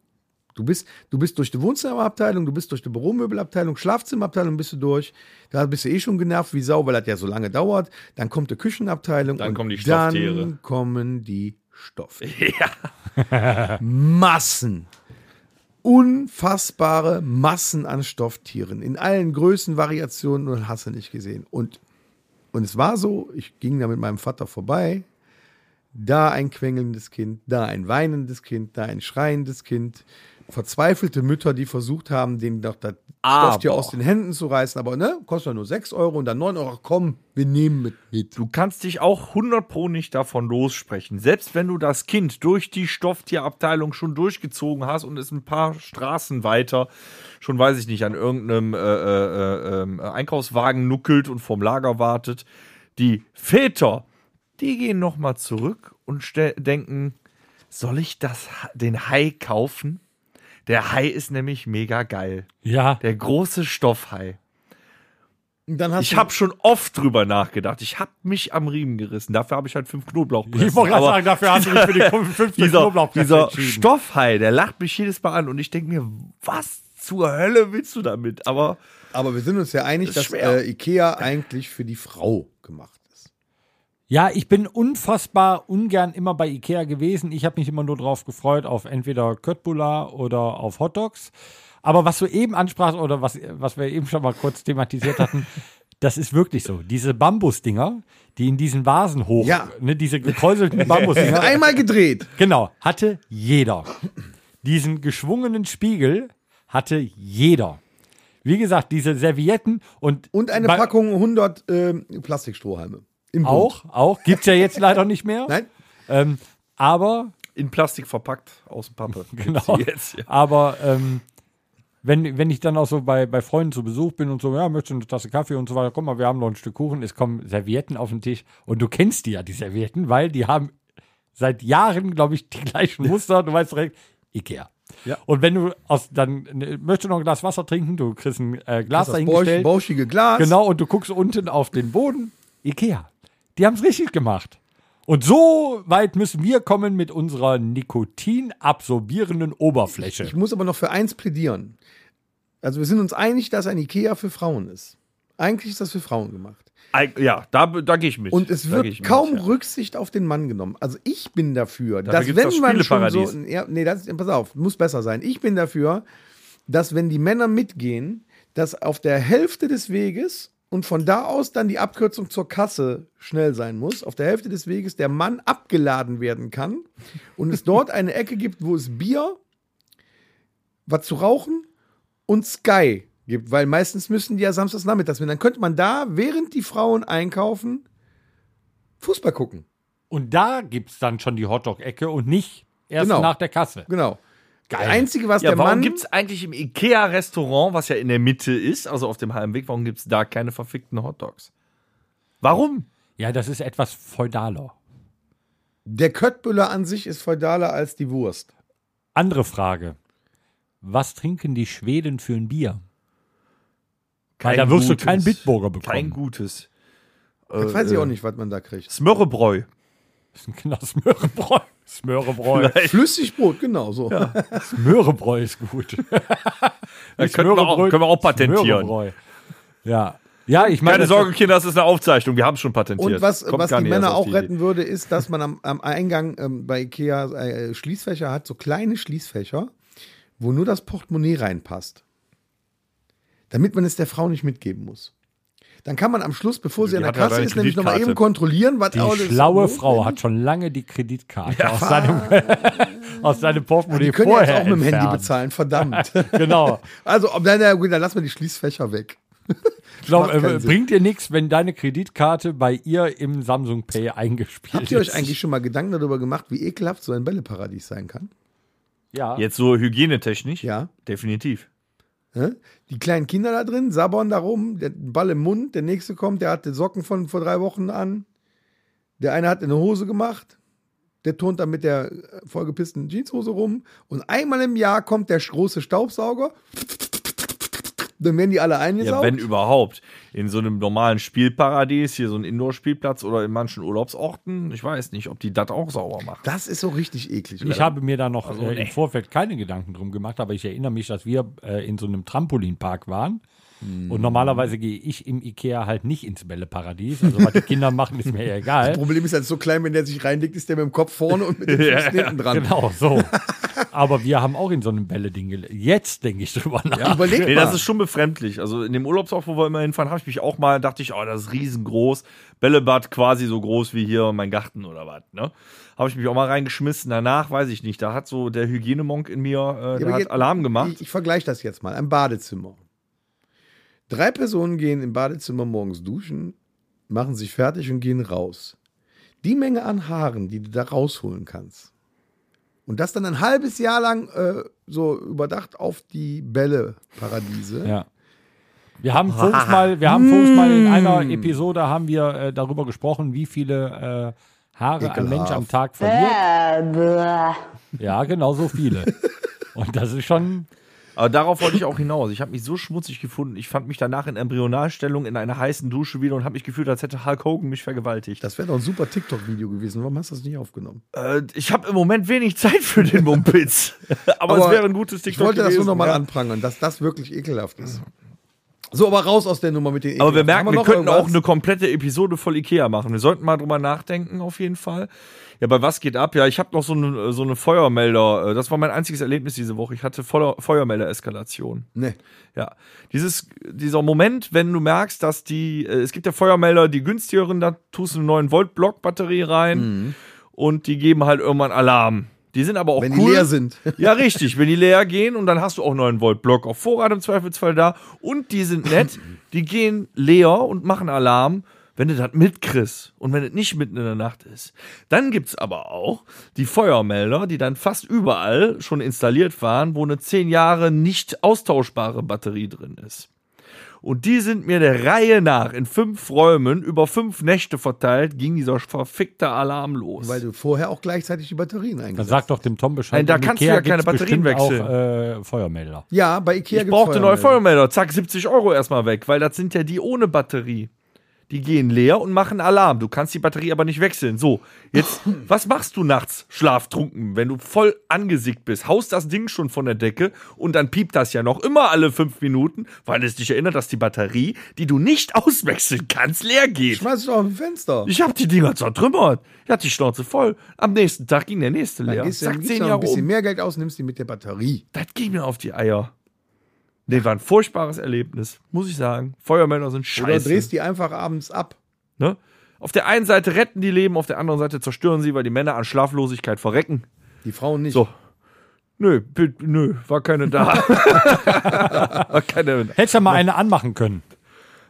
D: du bist, du bist durch die Wohnzimmerabteilung, du bist durch die Büromöbelabteilung, Schlafzimmerabteilung bist du durch. Da bist du eh schon genervt wie Sau, weil das ja so lange dauert. Dann kommt die Küchenabteilung.
C: Dann
D: und
C: kommen die Stofftiere.
D: Dann kommen die Stofftiere.
C: Ja.
D: Massen. Unfassbare Massen an Stofftieren in allen Größen, Variationen und hast du nicht gesehen. Und, und es war so, ich ging da mit meinem Vater vorbei. Da ein quengelndes Kind, da ein weinendes Kind, da ein schreiendes Kind. Verzweifelte Mütter, die versucht haben, dem doch das Stofftier
C: Aber.
D: aus den Händen zu reißen. Aber ne, kostet ja nur 6 Euro und dann 9 Euro. Ach, Komm, wir nehmen mit. mit.
C: Du kannst dich auch 100 Pro nicht davon lossprechen. Selbst wenn du das Kind durch die Stofftierabteilung schon durchgezogen hast und es ein paar Straßen weiter schon, weiß ich nicht, an irgendeinem äh, äh, äh, äh, Einkaufswagen nuckelt und vorm Lager wartet. Die Väter, die gehen nochmal zurück und ste- denken, soll ich das, Ha- den Hai kaufen? Der Hai ist nämlich mega geil.
B: Ja.
C: Der große Stoffhai.
D: Und Dann hast
C: Ich
D: du-
C: habe schon oft drüber nachgedacht. Ich habe mich am Riemen gerissen. Dafür habe ich halt fünf Knoblauchpressen.
B: Ich wollte gerade
C: Aber
B: sagen, dafür hast du dich für die 15.
C: dieser,
B: Knoblauchpresse
C: dieser
B: entschieden.
C: Stoffhai, der lacht mich jedes Mal an und ich denke mir, was zur Hölle willst du damit? Aber
D: Aber wir sind uns ja einig,
C: Das ist
D: dass
C: schwer.
D: äh, Ikea eigentlich für die Frau gemacht ist.
B: Ja, ich bin unfassbar ungern immer bei Ikea gewesen. Ich habe mich immer nur drauf gefreut, auf entweder Köttbullar oder auf Hotdogs. Aber was du eben ansprachst oder was, was wir eben schon mal kurz thematisiert hatten, das ist wirklich so. Diese Bambusdinger, die in diesen Vasen hoch,
D: Ja.
B: ne, diese gekräuselten Bambusdinger,
D: Einmal gedreht.
B: genau, hatte jeder. Diesen geschwungenen Spiegel hatte jeder. Wie gesagt, diese Servietten und
D: Und eine
B: bei-
D: Packung 100 ähm, Plastikstrohhalme. Im Bund.
B: auch, auch gibt's ja jetzt leider nicht mehr.
D: Nein?
B: Ähm, aber
C: in Plastik verpackt, aus dem Pappe.
B: Genau.
C: Jetzt, ja.
B: Aber ähm, wenn, wenn ich dann auch so bei, bei Freunden zu Besuch bin und so, ja, möchtest du eine Tasse Kaffee und so weiter, komm mal, wir haben noch ein Stück Kuchen, es kommen Servietten auf den Tisch und du kennst die ja, die Servietten, weil die haben seit Jahren, glaube ich, die gleichen Muster, du weißt direkt, Ikea.
D: Ja.
B: Und wenn du aus, dann ne, möchtest du noch ein Glas Wasser trinken, du kriegst ein äh, Glas
D: Das ist das
B: dahingestellt.
D: bausch- bauschige Glas.
B: Genau, und du guckst unten auf den Boden. Ikea. Die haben es richtig gemacht. Und so weit müssen wir kommen mit unserer nikotinabsorbierenden Oberfläche.
D: Ich muss aber noch für eins plädieren. Also wir sind uns einig, dass ein Ikea für Frauen ist. Eigentlich ist das für Frauen gemacht.
C: Eig- ja, da, da gehe ich mit.
D: Und es
C: Da geh ich
D: wird
C: mit,
D: kaum
C: ja.
D: Rücksicht auf den Mann genommen. Also ich bin dafür,
C: Dafür
D: dass
C: gibt's
D: wenn
C: das
D: man schon so,
C: Spieleparadies.
D: ja, nee, das, pass auf, muss besser sein. Ich bin dafür, dass wenn die Männer mitgehen, dass auf der Hälfte des Weges und von da aus dann die Abkürzung zur Kasse schnell sein muss, auf der Hälfte des Weges der Mann abgeladen werden kann und es dort eine Ecke gibt, wo es Bier, was zu rauchen und Sky gibt, weil meistens müssen die ja samstags nachmittags mit. Dann könnte man da, während die Frauen einkaufen, Fußball gucken.
B: Und da gibt es dann schon die Hotdog-Ecke und nicht erst
D: Genau.
B: nach der Kasse.
D: Genau. Das Einzige, was
C: Ja,
D: der
C: warum
D: Mann.
C: gibt es eigentlich im Ikea-Restaurant, was ja in der Mitte ist, also auf dem halben Weg, warum gibt es da keine verfickten Hotdogs? Warum?
B: Ja, das ist etwas feudaler.
D: der Köttbüller an sich ist feudaler als die Wurst.
B: Andere Frage. Was trinken die Schweden für ein Bier? Weil da wirst du keinen Bitburger bekommen.
C: Kein gutes. Äh,
D: Das weiß ich auch nicht, was man da kriegt.
C: Smörrebräu.
B: Das ist ein Kinder Smörebräu. Smörebräu.
D: Flüssigbrot, genau so.
B: Möhrebräu ist gut. Nicht
C: können wir auch-
B: Möhrebröt,
C: können wir auch patentieren.
B: Möhrebräu. Ja. Ja, ich meine.
C: Keine
B: das-
C: Sorge, Kinder, das ist eine Aufzeichnung. Wir haben es schon patentiert.
D: Und was,
C: Kommt
D: was
C: gar
D: die
C: nicht erst
D: Männer
C: auf
D: auch
C: die Idee.
D: retten würde, ist, dass man am, am Eingang ähm, bei Ikea äh, Schließfächer hat, so kleine Schließfächer, wo nur das Portemonnaie reinpasst. Damit man es der Frau nicht mitgeben muss. Dann kann man am Schluss, bevor sie
C: Die
D: an der
C: hat ja
D: Kasse
C: deine
D: ist, nämlich nochmal
C: Kreditkarte.
D: eben kontrollieren, was
B: Die schlaue Frau hat schon lange die Kreditkarte aus, seinem, aus seinem Portemonnaie
D: Die können ja jetzt
B: vorher
D: auch mit dem Handy
B: entfernt.
D: bezahlen, verdammt.
B: Genau.
D: also, ob- na, na, gut, dann lassen wir die Schließfächer weg.
B: Ich glaub,
D: Macht keinen
B: äh,
D: Sinn.
B: bringt dir nichts, wenn deine Kreditkarte bei ihr im Samsung Pay eingespielt
D: Habt ihr
B: ist.
D: euch eigentlich schon mal Gedanken darüber gemacht, wie ekelhaft so ein Bälleparadies sein kann?
B: Ja.
C: Jetzt so hygienetechnisch?
D: Ja.
C: Definitiv.
D: Ne? Die kleinen Kinder da drin, sabbern da rum, der hat einen Ball im Mund, der nächste kommt, der hatte Socken von vor drei Wochen an. Der eine hat eine Hose gemacht, der turnt dann mit der äh, vollgepissten Jeanshose rum. Und einmal im Jahr kommt der große Staubsauger, dann werden die alle
C: Ja,
D: eingesaugt.
C: wenn überhaupt. In so einem normalen Spielparadies, hier so ein Indoor-Spielplatz oder in manchen Urlaubsorten, ich weiß nicht, ob die das auch sauber machen.
D: das ist so richtig eklig.
B: Ich habe mir da noch äh, im
C: Also, nee.
B: Vorfeld keine Gedanken drum gemacht, aber ich erinnere mich, dass wir äh, in so einem Trampolinpark waren.
C: Hm.
B: Und normalerweise gehe ich im Ikea halt nicht ins Bälleparadies. Also, was die Kinder machen, ist mir ja egal.
D: Problem ist halt so klein, wenn der sich reinlegt, ist der mit dem Kopf vorne und mit den Füßen hinten dran.
B: Genau, so. Aber wir haben auch in so einem Bälle-Ding gele- Jetzt denke ich drüber nach.
D: Überleg
C: Genau. Nee,
D: mal.
C: das ist schon befremdlich. Also in dem Urlaubsort, wo wir immer hinfahren, habe ich mich auch mal, dachte ich, oh, das ist riesengroß. Bällebad quasi so groß wie hier mein Garten oder was, ne? Habe ich mich auch mal reingeschmissen. Danach weiß ich nicht. Da hat so der Hygienemonk in mir, äh,
D: Ja,
C: der
D: aber
C: hat
D: jetzt-
C: Alarm gemacht.
D: Ich, ich vergleiche das jetzt mal. Ein Badezimmer. Drei Personen gehen im Badezimmer morgens duschen, machen sich fertig und gehen raus. Die Menge an Haaren, die du da rausholen kannst. Und das dann ein halbes Jahr lang äh, so überdacht auf die Bälle-Paradiese.
B: Ja. Wir haben voriges Mal, wir haben voriges Mal in einer
C: Mm.
B: Episode haben wir äh, darüber gesprochen, wie viele äh, Haare ein
D: Ekelhaft.
B: Mensch am Tag verliert. Ja, genau so viele. Und das ist schon
C: Aber darauf wollte ich auch hinaus. Ich habe mich so schmutzig gefunden. Ich fand mich danach in Embryonalstellung in einer heißen Dusche wieder und habe mich gefühlt, als hätte Hulk Hogan mich vergewaltigt.
D: Das wäre doch ein super TikTok-Video gewesen. Warum hast du das nicht aufgenommen?
C: Äh, ich habe im Moment wenig Zeit für den Mumpitz. aber, es wäre ein gutes
D: Ich
C: TikTok
D: wollte das
C: gewesen.
D: nur nochmal
C: ja.
D: anprangern, dass das wirklich ekelhaft ist. So, aber raus aus der Nummer mit den
C: Aber wir merken,
D: Ekelhaften. Haben
C: wir,
D: noch
C: könnten auch
D: irgendwas?
C: eine komplette Episode voll Ikea machen. Wir sollten mal drüber nachdenken, auf jeden Fall. Ja, bei was geht ab? Ja, ich habe noch so eine, so eine Feuermelder. äh, Das war mein einziges Erlebnis diese Woche. Ich hatte voller Feuermelder-Eskalation.
D: Nee.
C: Ja, dieses, dieser Moment, wenn du merkst, dass die, äh, es gibt ja Feuermelder, die günstigeren, da tust du einen 9 Volt Block Batterie rein
D: Mhm.
C: und die geben halt irgendwann Alarm. Die sind aber auch
D: Wenn
C: cool.
D: die leer sind.
C: Ja, richtig, wenn die leer gehen und dann hast du auch 9 Volt Block auf Vorrat im Zweifelsfall da und die sind nett, die gehen leer und machen Alarm, wenn du das mitkriegst und wenn es nicht mitten in der Nacht ist. Dann gibt's aber auch die Feuermelder, die dann fast überall schon installiert waren, wo eine 10 Jahre nicht austauschbare Batterie drin ist. Und die sind mir der Reihe nach in fünf Räumen über fünf Nächte verteilt, ging dieser verfickte Alarm los.
D: Weil du vorher auch gleichzeitig die Batterien
B: Dann
D: eingesetzt
B: sag doch dem Tom Bescheid.
C: Nein, da
B: im
C: kannst du ja
B: gibt's
C: keine Batterien
B: bestimmt
C: wechseln.
B: Auch, äh, Feuermelder.
D: Ja, bei Ikea
C: ich
D: gibt's
C: brauchte neue
D: Feuermelder.
C: Feuermelder. Zack, 70 Euro erstmal weg, weil das sind ja die ohne Batterie. Die gehen leer und machen Alarm. Du kannst die Batterie aber nicht wechseln. So, jetzt, was machst du nachts schlaftrunken, wenn du voll angesickt bist? Haust das Ding schon von der Decke und dann piept das ja noch immer alle fünf Minuten, weil es dich erinnert, dass die Batterie, die du nicht auswechseln kannst, leer geht.
D: Schmeiß es doch aus dem Fenster.
C: Ich hab die Dinger zertrümmert. Ich hatte die Schnauze voll. Am nächsten Tag ging der nächste
D: Dann
C: leer.
D: gehst du
C: Zack,
D: dann
C: zehn
D: gibst du noch ein
C: Jahre
D: bisschen
C: um.
D: mehr Geld aus, nimmst die mit der Batterie.
C: Das ging mir auf die Eier. Nee, war ein furchtbares Erlebnis, muss ich sagen. Feuermänner sind
D: Oder
C: scheiße.
D: drehst die einfach abends ab.
C: ne? Auf der einen Seite retten die Leben, auf der anderen Seite zerstören sie, weil die Männer an Schlaflosigkeit verrecken.
D: Die Frauen nicht.
C: So. Nö, bi- nö, war keine da. war keine.
B: Hättest ja mal eine anmachen können.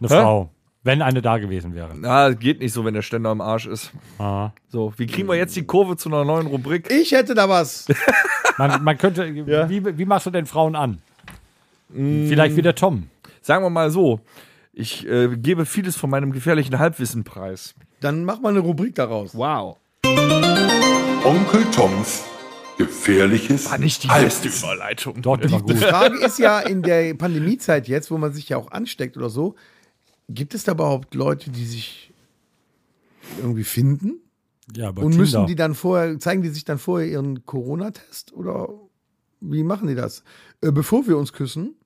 B: Eine
C: Hä?
B: Frau. Wenn eine da gewesen wäre.
C: Na, geht nicht so, wenn der Ständer am Arsch ist.
B: Ah.
C: So, wie kriegen wir jetzt die Kurve zu einer neuen Rubrik?
D: Ich hätte da was.
B: Man, man könnte, wie, wie machst du denn Frauen an?
C: Mm.
B: Vielleicht wie der Tom.
C: Sagen wir mal so. Ich äh, gebe vieles von meinem gefährlichen Halbwissen preis.
D: Dann mach mal eine Rubrik daraus.
C: Wow.
A: Onkel Toms gefährliches
C: War nicht die
A: Halbwissen.
C: beste Überleitung.
B: Doch, die war gut.
D: Frage ist ja in der Pandemiezeit jetzt, wo man sich ja auch ansteckt oder so, gibt es da überhaupt Leute, die sich irgendwie finden?
B: Ja, aber
D: Und müssen
B: Tinder.
D: die dann vorher, zeigen die sich dann vorher ihren Corona-Test? Oder wie machen die das? Äh, bevor wir uns küssen,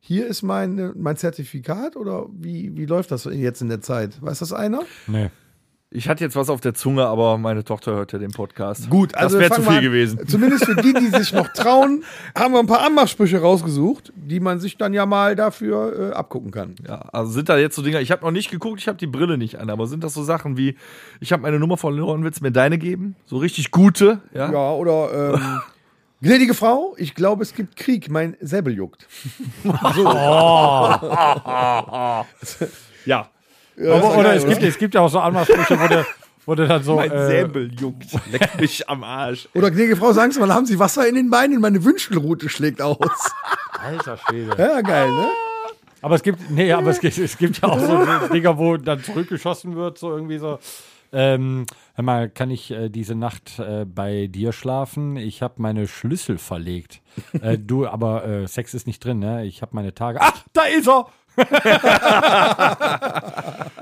D: hier ist mein, äh, mein Zertifikat oder wie, wie läuft das jetzt in der Zeit? Weiß das einer?
B: Nee.
C: Ich hatte jetzt was auf der Zunge, aber meine Tochter hört ja den Podcast.
D: also
C: das wäre
D: fangen
C: zu viel
D: wir an.
C: gewesen.
D: Zumindest für die, die sich noch trauen, haben wir ein paar Anmachsprüche rausgesucht, die man sich dann ja mal dafür äh, abgucken kann.
C: Ja, also sind da jetzt so Dinger, ich habe noch nicht geguckt, ich habe die Brille nicht an, aber sind das so Sachen wie, ich habe meine Nummer verloren, willst du mir deine geben? So richtig gute, ja?
D: Ja, oder ähm, gnädige Frau, ich glaube, es gibt Krieg, mein Säbel juckt.
C: Ja.
B: Aber,
D: geil,
B: oder es
D: oder?
B: gibt, es gibt ja auch so Anmachsprüche, wo der, wo der dann so.
C: Mein
B: Äh,
C: Säbel juckt. Leck mich am Arsch.
D: Oder gnädige Frau, sagen Sie mal, haben Sie Wasser in den Beinen? Meine Wünschelrute schlägt aus.
B: alter Schwede.
D: ja, geil, ne?
B: Aber es gibt, nee, aber es gibt, es gibt ja auch so Dinger, wo dann zurückgeschossen wird, so irgendwie so. Ähm, hör mal, kann ich äh, diese Nacht äh, bei dir schlafen? Ich habe meine Schlüssel verlegt. äh, du, aber äh, Sex ist nicht drin, ne? Ich habe meine Tage. Ach, da ist er!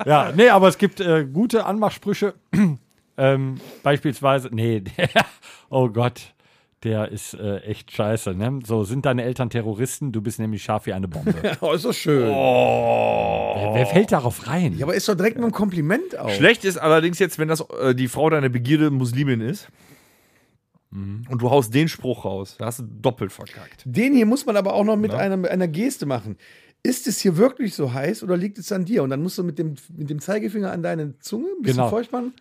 B: ja, nee, aber es gibt äh, gute Anmachsprüche. ähm, beispielsweise, nee, der, oh Gott, der ist äh, echt scheiße, ne? So, sind deine Eltern Terroristen? Du bist nämlich scharf wie eine Bombe.
D: Oh, ist doch schön.
B: Äh, Wer, wer fällt darauf rein?
D: Ja, aber ist doch direkt nur ein Kompliment auch.
C: Schlecht ist allerdings jetzt, wenn das äh, die Frau deiner Begierde Muslimin ist. Und du haust den Spruch raus. Da hast du doppelt verkackt.
D: Den hier muss man aber auch noch mit einer, einer Geste machen. Ist es hier wirklich so heiß oder liegt es an dir? Und dann musst du mit dem, mit dem Zeigefinger an deine Zunge ein bisschen
B: Genau.
D: feucht machen.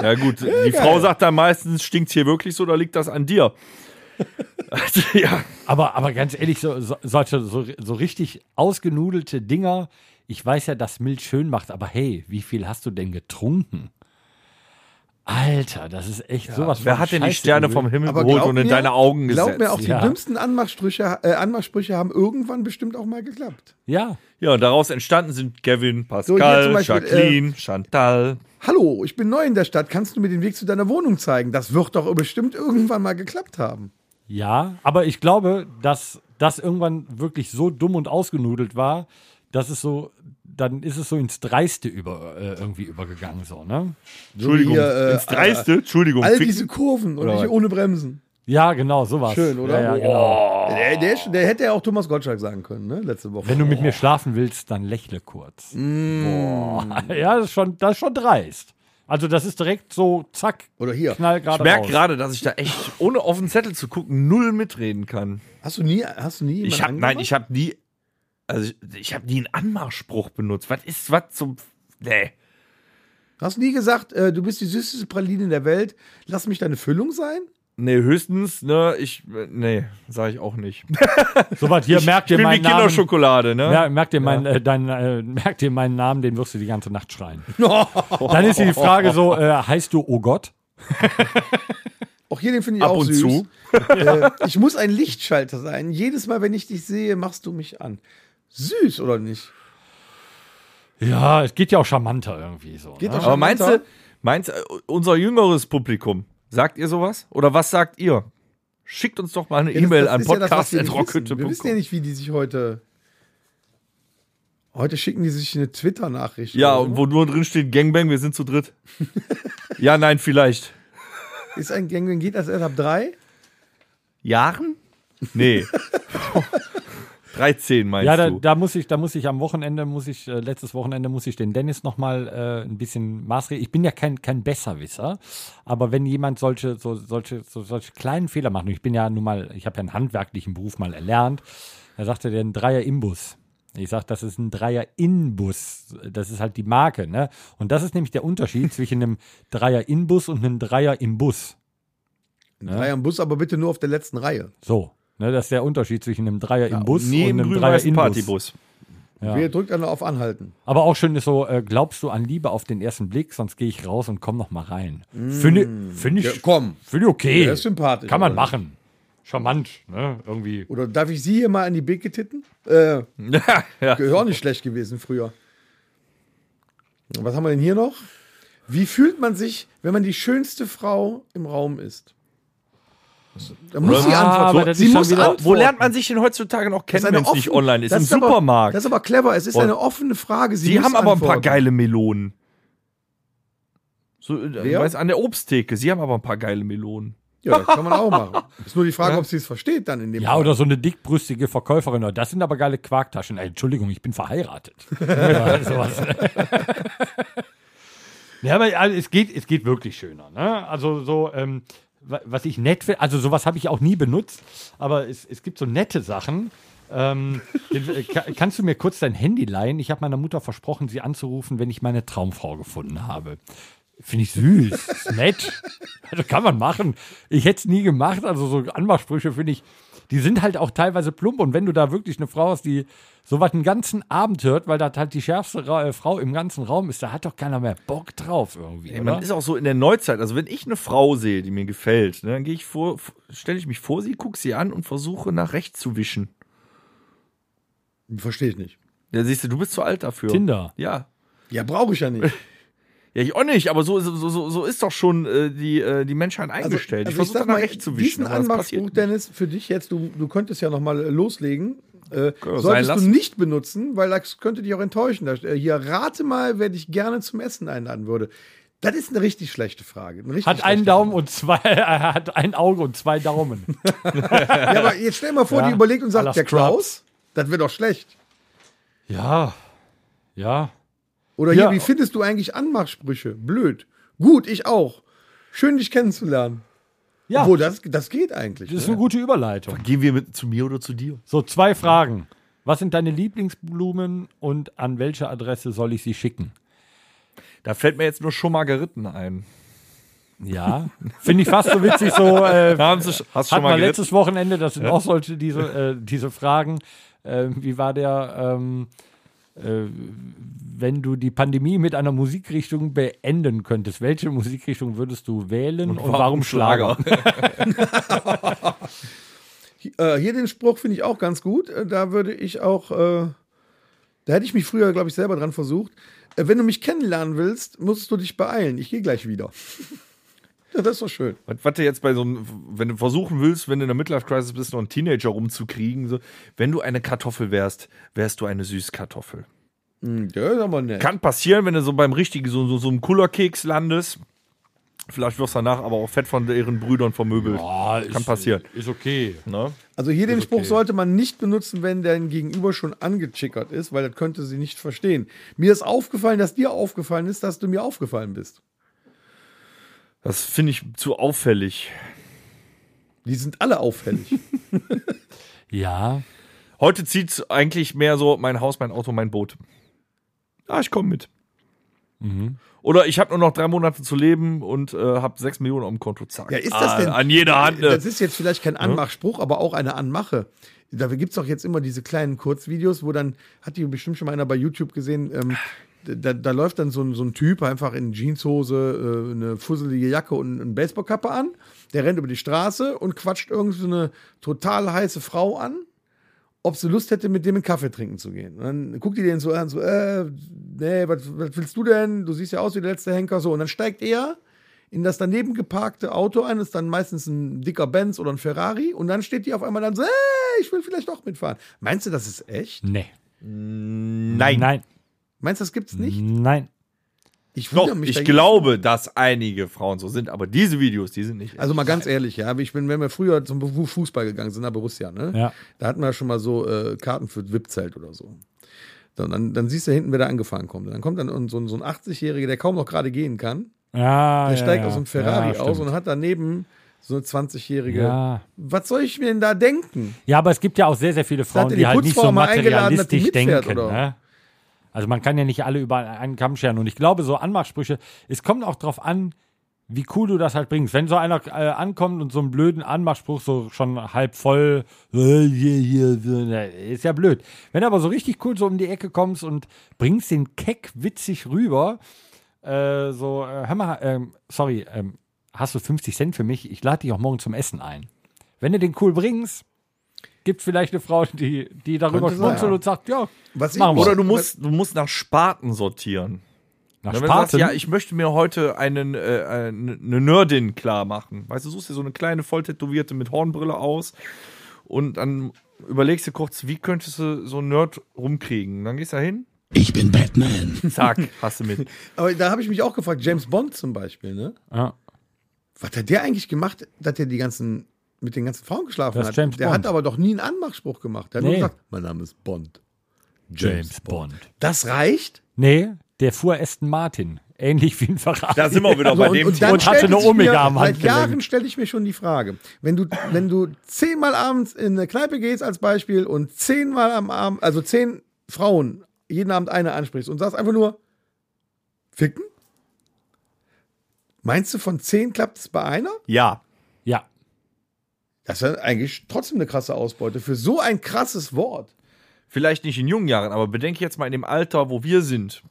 C: Ja, gut. die Frau sagt dann meistens, stinkt hier wirklich so oder liegt das an dir? ja.
B: Aber, aber ganz ehrlich, so, so, solche so, so richtig ausgenudelte Dinger, ich weiß ja, dass Milch schön macht, aber hey, wie viel hast du denn getrunken? Alter, das ist echt sowas.
C: Wer
B: von
C: hat denn die
B: Scheiße
C: Sterne
B: übel.
C: vom Himmel
D: Aber
C: geholt
D: glaub
C: und in
D: mir-
C: deine Augen gesetzt?
D: Glaub mir, auch die
B: Ja.
D: dümmsten Anmachsprüche, äh, Anmachsprüche haben irgendwann bestimmt auch mal geklappt.
B: Ja,
C: Ja, und daraus entstanden sind Kevin,
D: hier
C: Pascal,
D: zum Beispiel,
C: Jacqueline, Chantal.
D: Hallo, ich bin neu in der Stadt. Kannst du mir den Weg zu deiner Wohnung zeigen? Das wird doch bestimmt irgendwann mal geklappt haben.
B: ja, aber ich glaube, dass das irgendwann wirklich so dumm und ausgenudelt war, dass es so, dann ist es so ins Dreiste über, äh, irgendwie übergegangen, so, ne?
C: Entschuldigung,
D: hier, äh,
C: ins Dreiste, Entschuldigung.
D: All
C: fick-
D: diese Kurven und
C: Oder
D: ich
C: was?
D: ohne Bremsen.
B: Ja, genau, sowas.
D: Schön, oder?
B: Ja, ja, genau.
D: Der, der, ist- der hätte ja auch Thomas Gottschalk sagen können, ne? Letzte Woche. Mhm.
B: Wenn du mit mir schlafen willst, dann lächle kurz. Boah. Ja, das ist, schon, das ist schon dreist. Also das ist direkt so, zack,
D: Oder hier.
B: knall
C: ich
B: gerade
C: merke
B: raus.
C: gerade, dass ich da echt, ohne auf den Zettel zu gucken, null mitreden kann.
D: Hast du nie, hast du nie jemanden
C: Ich hab, nein,
D: angemacht?
C: ich habe nie, also ich, ich habe nie einen Anmachspruch benutzt. Was ist was zum, nee.
D: Hast nie gesagt, äh, du bist die süßeste Praline der Welt, lass mich deine Füllung sein?
C: Nee, höchstens, ne, ich, nee, sag ich auch nicht.
B: So was, hier merkt
C: Ich
B: ihr
C: bin wie
B: meinen Namen.
C: Kinderschokolade, ne?
B: Ja, merkt ihr, meinen, äh, deinen, äh, merkt ihr meinen Namen, den wirst du die ganze Nacht schreien. Dann ist hier die Frage so, äh, heißt du Oh Gott?
D: Auch hier, den finde ich
C: Ab
D: auch
C: und
D: süß.
C: zu.
D: äh, ich muss ein Lichtschalter sein. Jedes Mal, wenn ich dich sehe, machst du mich an. Süß, oder nicht?
B: Ja, es geht ja auch charmanter irgendwie so.
D: Geht
B: ne?
D: doch
C: Ah. Aber meinst
D: Runter.
C: du, meinst du, äh, unser jüngeres Publikum, sagt ihr sowas? Oder was sagt ihr? Schickt uns doch mal eine E-Mail an
D: das, was wir nicht
C: podcast.rockhütte.com.
D: wissen. Wir wissen ja nicht, wie die sich heute. Heute schicken die sich eine Twitter-Nachricht.
C: Ja,
D: oder?
C: und wo nur drin steht Gangbang, wir sind zu dritt. ja, nein, vielleicht.
D: Ist ein Gang, geht das erst ab drei?
C: Jahren? Nee. 13 meinst
B: Ja, da,
C: du?
B: da muss ich, da muss ich am Wochenende, muss ich, äh, letztes Wochenende muss ich den Dennis nochmal äh, ein bisschen maßregeln. Ich bin ja kein, kein Besserwisser, aber wenn jemand solche, so, solche, so, solche kleinen Fehler macht, und ich bin ja nun mal, ich habe ja einen handwerklichen Beruf mal erlernt, da sagte der ein Dreier-Imbus. Ich sag, das ist ein Dreier-Inbus. Das ist halt die Marke, ne? Und das ist nämlich der Unterschied zwischen einem Dreier-Inbus und einem Dreier-Imbus.
C: Ne?
D: Drei am Bus, aber bitte nur auf der letzten Reihe.
B: So. Ne, das ist der Unterschied zwischen einem Dreier-Imbus
C: Nee,
B: und
C: im
B: einem
C: grün-weißen
B: Dreier-Inbus.
C: Partybus.
B: Ja.
D: Wir drückt alle auf Anhalten.
B: Aber auch schön ist so, äh, glaubst du an Liebe auf den ersten Blick, sonst gehe ich raus und komm noch mal rein. Finde find ich,
D: Mm. Ja, komm.
B: Find ich okay.
D: Ja, ist sympathisch,
B: Kann man
D: aber-
B: machen. Charmant, ne? Irgendwie.
D: Oder darf ich Sie hier mal an die Beke titten? Äh,
C: ja, ja.
D: Gehör nicht schlecht gewesen früher. Was haben wir denn hier noch? Wie fühlt man sich, wenn man die schönste Frau im Raum ist? Da muss sie
B: Ah, aber
D: antworten.
B: das
D: Sie
B: ist schon
D: muss
B: wieder-
D: antworten.
C: Wo lernt man sich denn heutzutage noch
D: Das ist
C: kennen,
D: eine
C: wenn es nicht
D: offene-
C: online ist? Im
D: das Aber,
C: Supermarkt.
D: das ist aber clever. Es ist
C: Und-
D: eine offene Frage. Sie
C: die
D: muss
C: haben aber ein paar
D: antworten.
C: geile Melonen. So, äh,
D: Wer?
C: weiß, an der Obsttheke. Sie haben aber ein paar geile Melonen.
D: Ja, das kann man auch machen. Ist nur die Frage, ob sie es versteht dann in dem
B: Ja, oder so eine dickbrüstige Verkäuferin. Das sind aber geile Quarktaschen. Ey, Entschuldigung, ich bin verheiratet. ja, sowas. ja, aber also, es, geht, es geht wirklich schöner. Ne? Also so, ähm, wa- was ich nett finde, also sowas habe ich auch nie benutzt, aber es, es gibt so nette Sachen. Ähm, äh, ka- kannst du mir kurz dein Handy leihen? Ich habe meiner Mutter versprochen, sie anzurufen, wenn ich meine Traumfrau gefunden habe. Finde ich süß, ist nett. Also kann man machen. Ich hätte es nie gemacht. Also so Anmachsprüche finde ich, die sind halt auch teilweise plump. Und wenn du da wirklich eine Frau hast, die sowas den ganzen Abend hört, weil das halt die schärfste Ra äh, Frau im ganzen Raum ist, da hat doch keiner mehr Bock drauf irgendwie.
C: Ey,
B: oder?
C: man ist auch so in der Neuzeit. Also wenn ich eine Frau sehe, die mir gefällt, ne, dann gehe ich vor, stelle ich mich vor sie, gucke sie an und versuche nach rechts zu wischen.
D: Verstehe ich nicht.
C: Da siehst du, du bist zu alt dafür.
B: Tinder.
C: Ja.
D: Ja, brauche ich ja nicht.
C: Ja, ich auch nicht, aber so, ist- so, so, so ist doch schon äh, die, äh, die Menschheit eingestellt. ich versuche
D: Also, sag
C: danach recht zu wischen.
D: Diesen
C: aber das passiert
D: Anmachspruch, Dennis, für dich jetzt, du, du könntest ja nochmal loslegen.
C: wir sein
D: Äh, solltest du
C: lassen.
D: nicht benutzen, weil das könnte dich auch enttäuschen. Da, äh, hier, rate mal, wer dich gerne zum Essen einladen würde. Das ist eine richtig schlechte Frage. Eine richtig
B: Hat einen
D: schlechte
B: Daumen und zwei, hat ein Auge und zwei Daumen.
D: Frage. Ja, aber jetzt stell dir mal vor,
B: Ja,
D: die überlegt und
B: à la
D: sagt, der
B: Scrubs.
D: Klaus, das wäre doch schlecht.
B: ja. Ja.
D: Oder
B: Ja.
D: hier, wie findest du eigentlich Anmachsprüche? Blöd. Gut, ich auch. Schön, dich kennenzulernen.
B: Ja,
D: Obwohl, das, das geht eigentlich.
B: das ist
D: ne?
B: eine gute Überleitung.
C: Gehen wir mit, zu mir oder zu dir?
B: So, zwei Fragen. Was sind deine Lieblingsblumen und an welche Adresse soll ich sie schicken?
C: Da fällt mir jetzt nur schon Margeriten ein.
B: Ja, finde ich fast so witzig. So äh,
C: Haben Sie, sch- hast du schon
B: hatten wir
C: mal geritten?
B: letztes Wochenende, das sind auch solche diese äh, diese Fragen. Ähm, wie war der, ähm, äh, wenn du die Pandemie mit einer Musikrichtung beenden könntest? Welche Musikrichtung würdest du wählen und, warum, Schlager?
D: Äh, hier den Spruch finde ich auch ganz gut. Äh, Da würde ich auch, äh, da hätte ich mich früher, glaube ich, selber dran versucht. Äh, wenn du mich kennenlernen willst, musst du dich beeilen. Ich gehe gleich wieder. ja, das ist doch schön.
C: Was, was du jetzt bei so einem, wenn du versuchen willst, wenn du in der Midlife-Crisis bist, noch einen Teenager rumzukriegen, so, wenn du eine Kartoffel wärst, wärst du eine Süßkartoffel.
D: Hm, ja, ist aber nett.
C: Kann passieren, wenn du so beim richtigen, so, so, so einem Kullerkeks landest. Vielleicht wirst du danach aber auch fett von ihren Brüdern vermöbelt.
B: Ah, ist-
C: Kann passieren.
B: Ist okay.
C: Ne?
D: Also hier den Spruch
B: okay.
D: sollte man nicht benutzen, wenn dein Gegenüber schon angechickert ist, weil das könnte sie nicht verstehen. Mir ist aufgefallen, dass dir aufgefallen ist, dass du mir aufgefallen bist.
C: Das finde ich zu auffällig.
D: Die sind alle auffällig.
B: Ja,
C: Heute zieht eigentlich mehr so mein Haus, mein Auto, mein Boot. Ah, ich komme mit. Mhm. Oder ich habe nur noch drei Monate zu leben und äh, habe sechs Millionen auf dem Konto. Zack.
D: Ja, ist das
C: ah,
D: denn-
C: An jeder Hand.
D: Das
C: Äh,
D: ist jetzt vielleicht kein Anmachspruch, aber auch eine Anmache. Da gibt's doch jetzt immer diese kleinen Kurzvideos, wo dann, hat die bestimmt schon mal einer bei YouTube gesehen, ähm, da, da läuft dann so ein, so ein Typ einfach in Jeanshose, äh, eine fusselige Jacke und eine Baseballkappe an. Der rennt über die Straße und quatscht irgend so eine total heiße Frau an, ob sie Lust hätte, mit dem einen Kaffee trinken zu gehen. Und dann guckt die den so an, so, äh, nee, was, was willst du denn? Du siehst ja aus wie der letzte Henker, so. Und dann steigt er in das daneben geparkte Auto ein, ist dann meistens ein dicker Benz oder ein Ferrari und dann steht die auf einmal dann so, hey, ich will vielleicht doch mitfahren. Meinst du, das ist echt?
B: nee.
C: nein.
B: Nein.
D: Meinst du, das gibt's nicht?
B: Nein.
D: Ich wundere
C: Doch,
D: mich da
C: ich
D: jedes
C: glaube, dass einige Frauen so sind, aber diese Videos, die sind nicht.
D: Also mal ganz ehrlich, ja, ich bin, wenn wir früher zum Fu- Fußball gegangen sind, nach Borussia, ne?
B: Ja.
D: Da hatten wir ja schon mal so äh, Karten für VIP-Zelt oder so. So, Und dann, dann siehst du hinten, wer da angefahren kommt. Und dann kommt dann so ein, so ein 80-Jähriger, der kaum noch gerade gehen kann.
B: Ja,
D: Der
B: Ah, ja,
D: steigt
B: ja.
D: aus dem Ferrari
B: ja,
D: aus
B: stimmt.
D: und hat daneben so eine 20-Jährige.
B: ja.
D: Was soll ich mir denn da denken?
B: Ja, aber es gibt ja auch sehr, sehr viele Frauen,
D: hat er
B: die
D: die
B: halt nicht so
D: Putzfrau mal eingeladen, dass die
B: materialistisch
D: mitfährt,
B: denken.
D: oder?
B: Ne? Also man kann ja nicht alle über einen Kamm scheren. Und ich glaube, so Anmachsprüche, es kommt auch drauf an, wie cool du das halt bringst. Wenn so einer äh, ankommt und so einen blöden Anmachspruch so schon halb voll, äh, hier, hier, so, na, ist ja blöd. Wenn du aber so richtig cool so um die Ecke kommst und bringst den keck witzig rüber, äh, so, äh, hör mal, ähm, sorry, ähm, hast du 50 Cent für mich? Ich lade dich auch morgen zum Essen ein. Wenn du den cool bringst, gibt vielleicht eine Frau, die, die darüber
D: Könnte sein,
B: schmunzelt
D: ja.
B: und sagt, ja,
D: Was ich-
B: machen wir.
C: Oder du musst, du musst nach Sparten sortieren.
B: nach
C: Ja, wenn du sagst,
B: Spaten.
C: ja, ich möchte mir heute einen, äh, eine eine Nerdin klar machen. Weißt du, suchst dir so eine kleine Volltätowierte mit Hornbrille aus und dann überlegst du kurz, wie könntest du so einen Nerd rumkriegen? Dann gehst du da hin,
E: Ich bin Batman.
C: zack, hast du mit.
D: Aber da habe ich mich auch gefragt, James Bond zum Beispiel, ne?
B: ja.
D: Was hat der eigentlich gemacht, dass der die ganzen, mit den ganzen Frauen geschlafen
B: Das ist
D: hat?
B: James
D: der
B: Bond.
D: hat aber doch nie einen Anmachspruch gemacht. Der hat
B: Nee.
D: nur gesagt, mein Name ist Bond.
B: James Bond.
D: Das reicht?
B: Nee, der fuhr Aston Martin. Ähnlich wie ein Ferrari.
C: Da sind wir wieder bei dem Thema.
B: dann- Und hatte
D: stellte
B: eine
D: sich mir-
B: Omega am
D: Seit
B: Handgelenk.
D: Jahren stelle ich mir schon die Frage, wenn du, wenn du zehnmal abends in eine Kneipe gehst als Beispiel und zehnmal am Abend, also zehn Frauen jeden Abend eine ansprichst und sagst einfach nur, ficken? Meinst du, von zehn klappt es bei einer?
C: Ja.
B: Ja.
D: Das ist ja eigentlich trotzdem eine krasse Ausbeute für so ein krasses Wort.
C: Vielleicht nicht in jungen Jahren, aber bedenke jetzt mal in dem Alter, wo wir sind.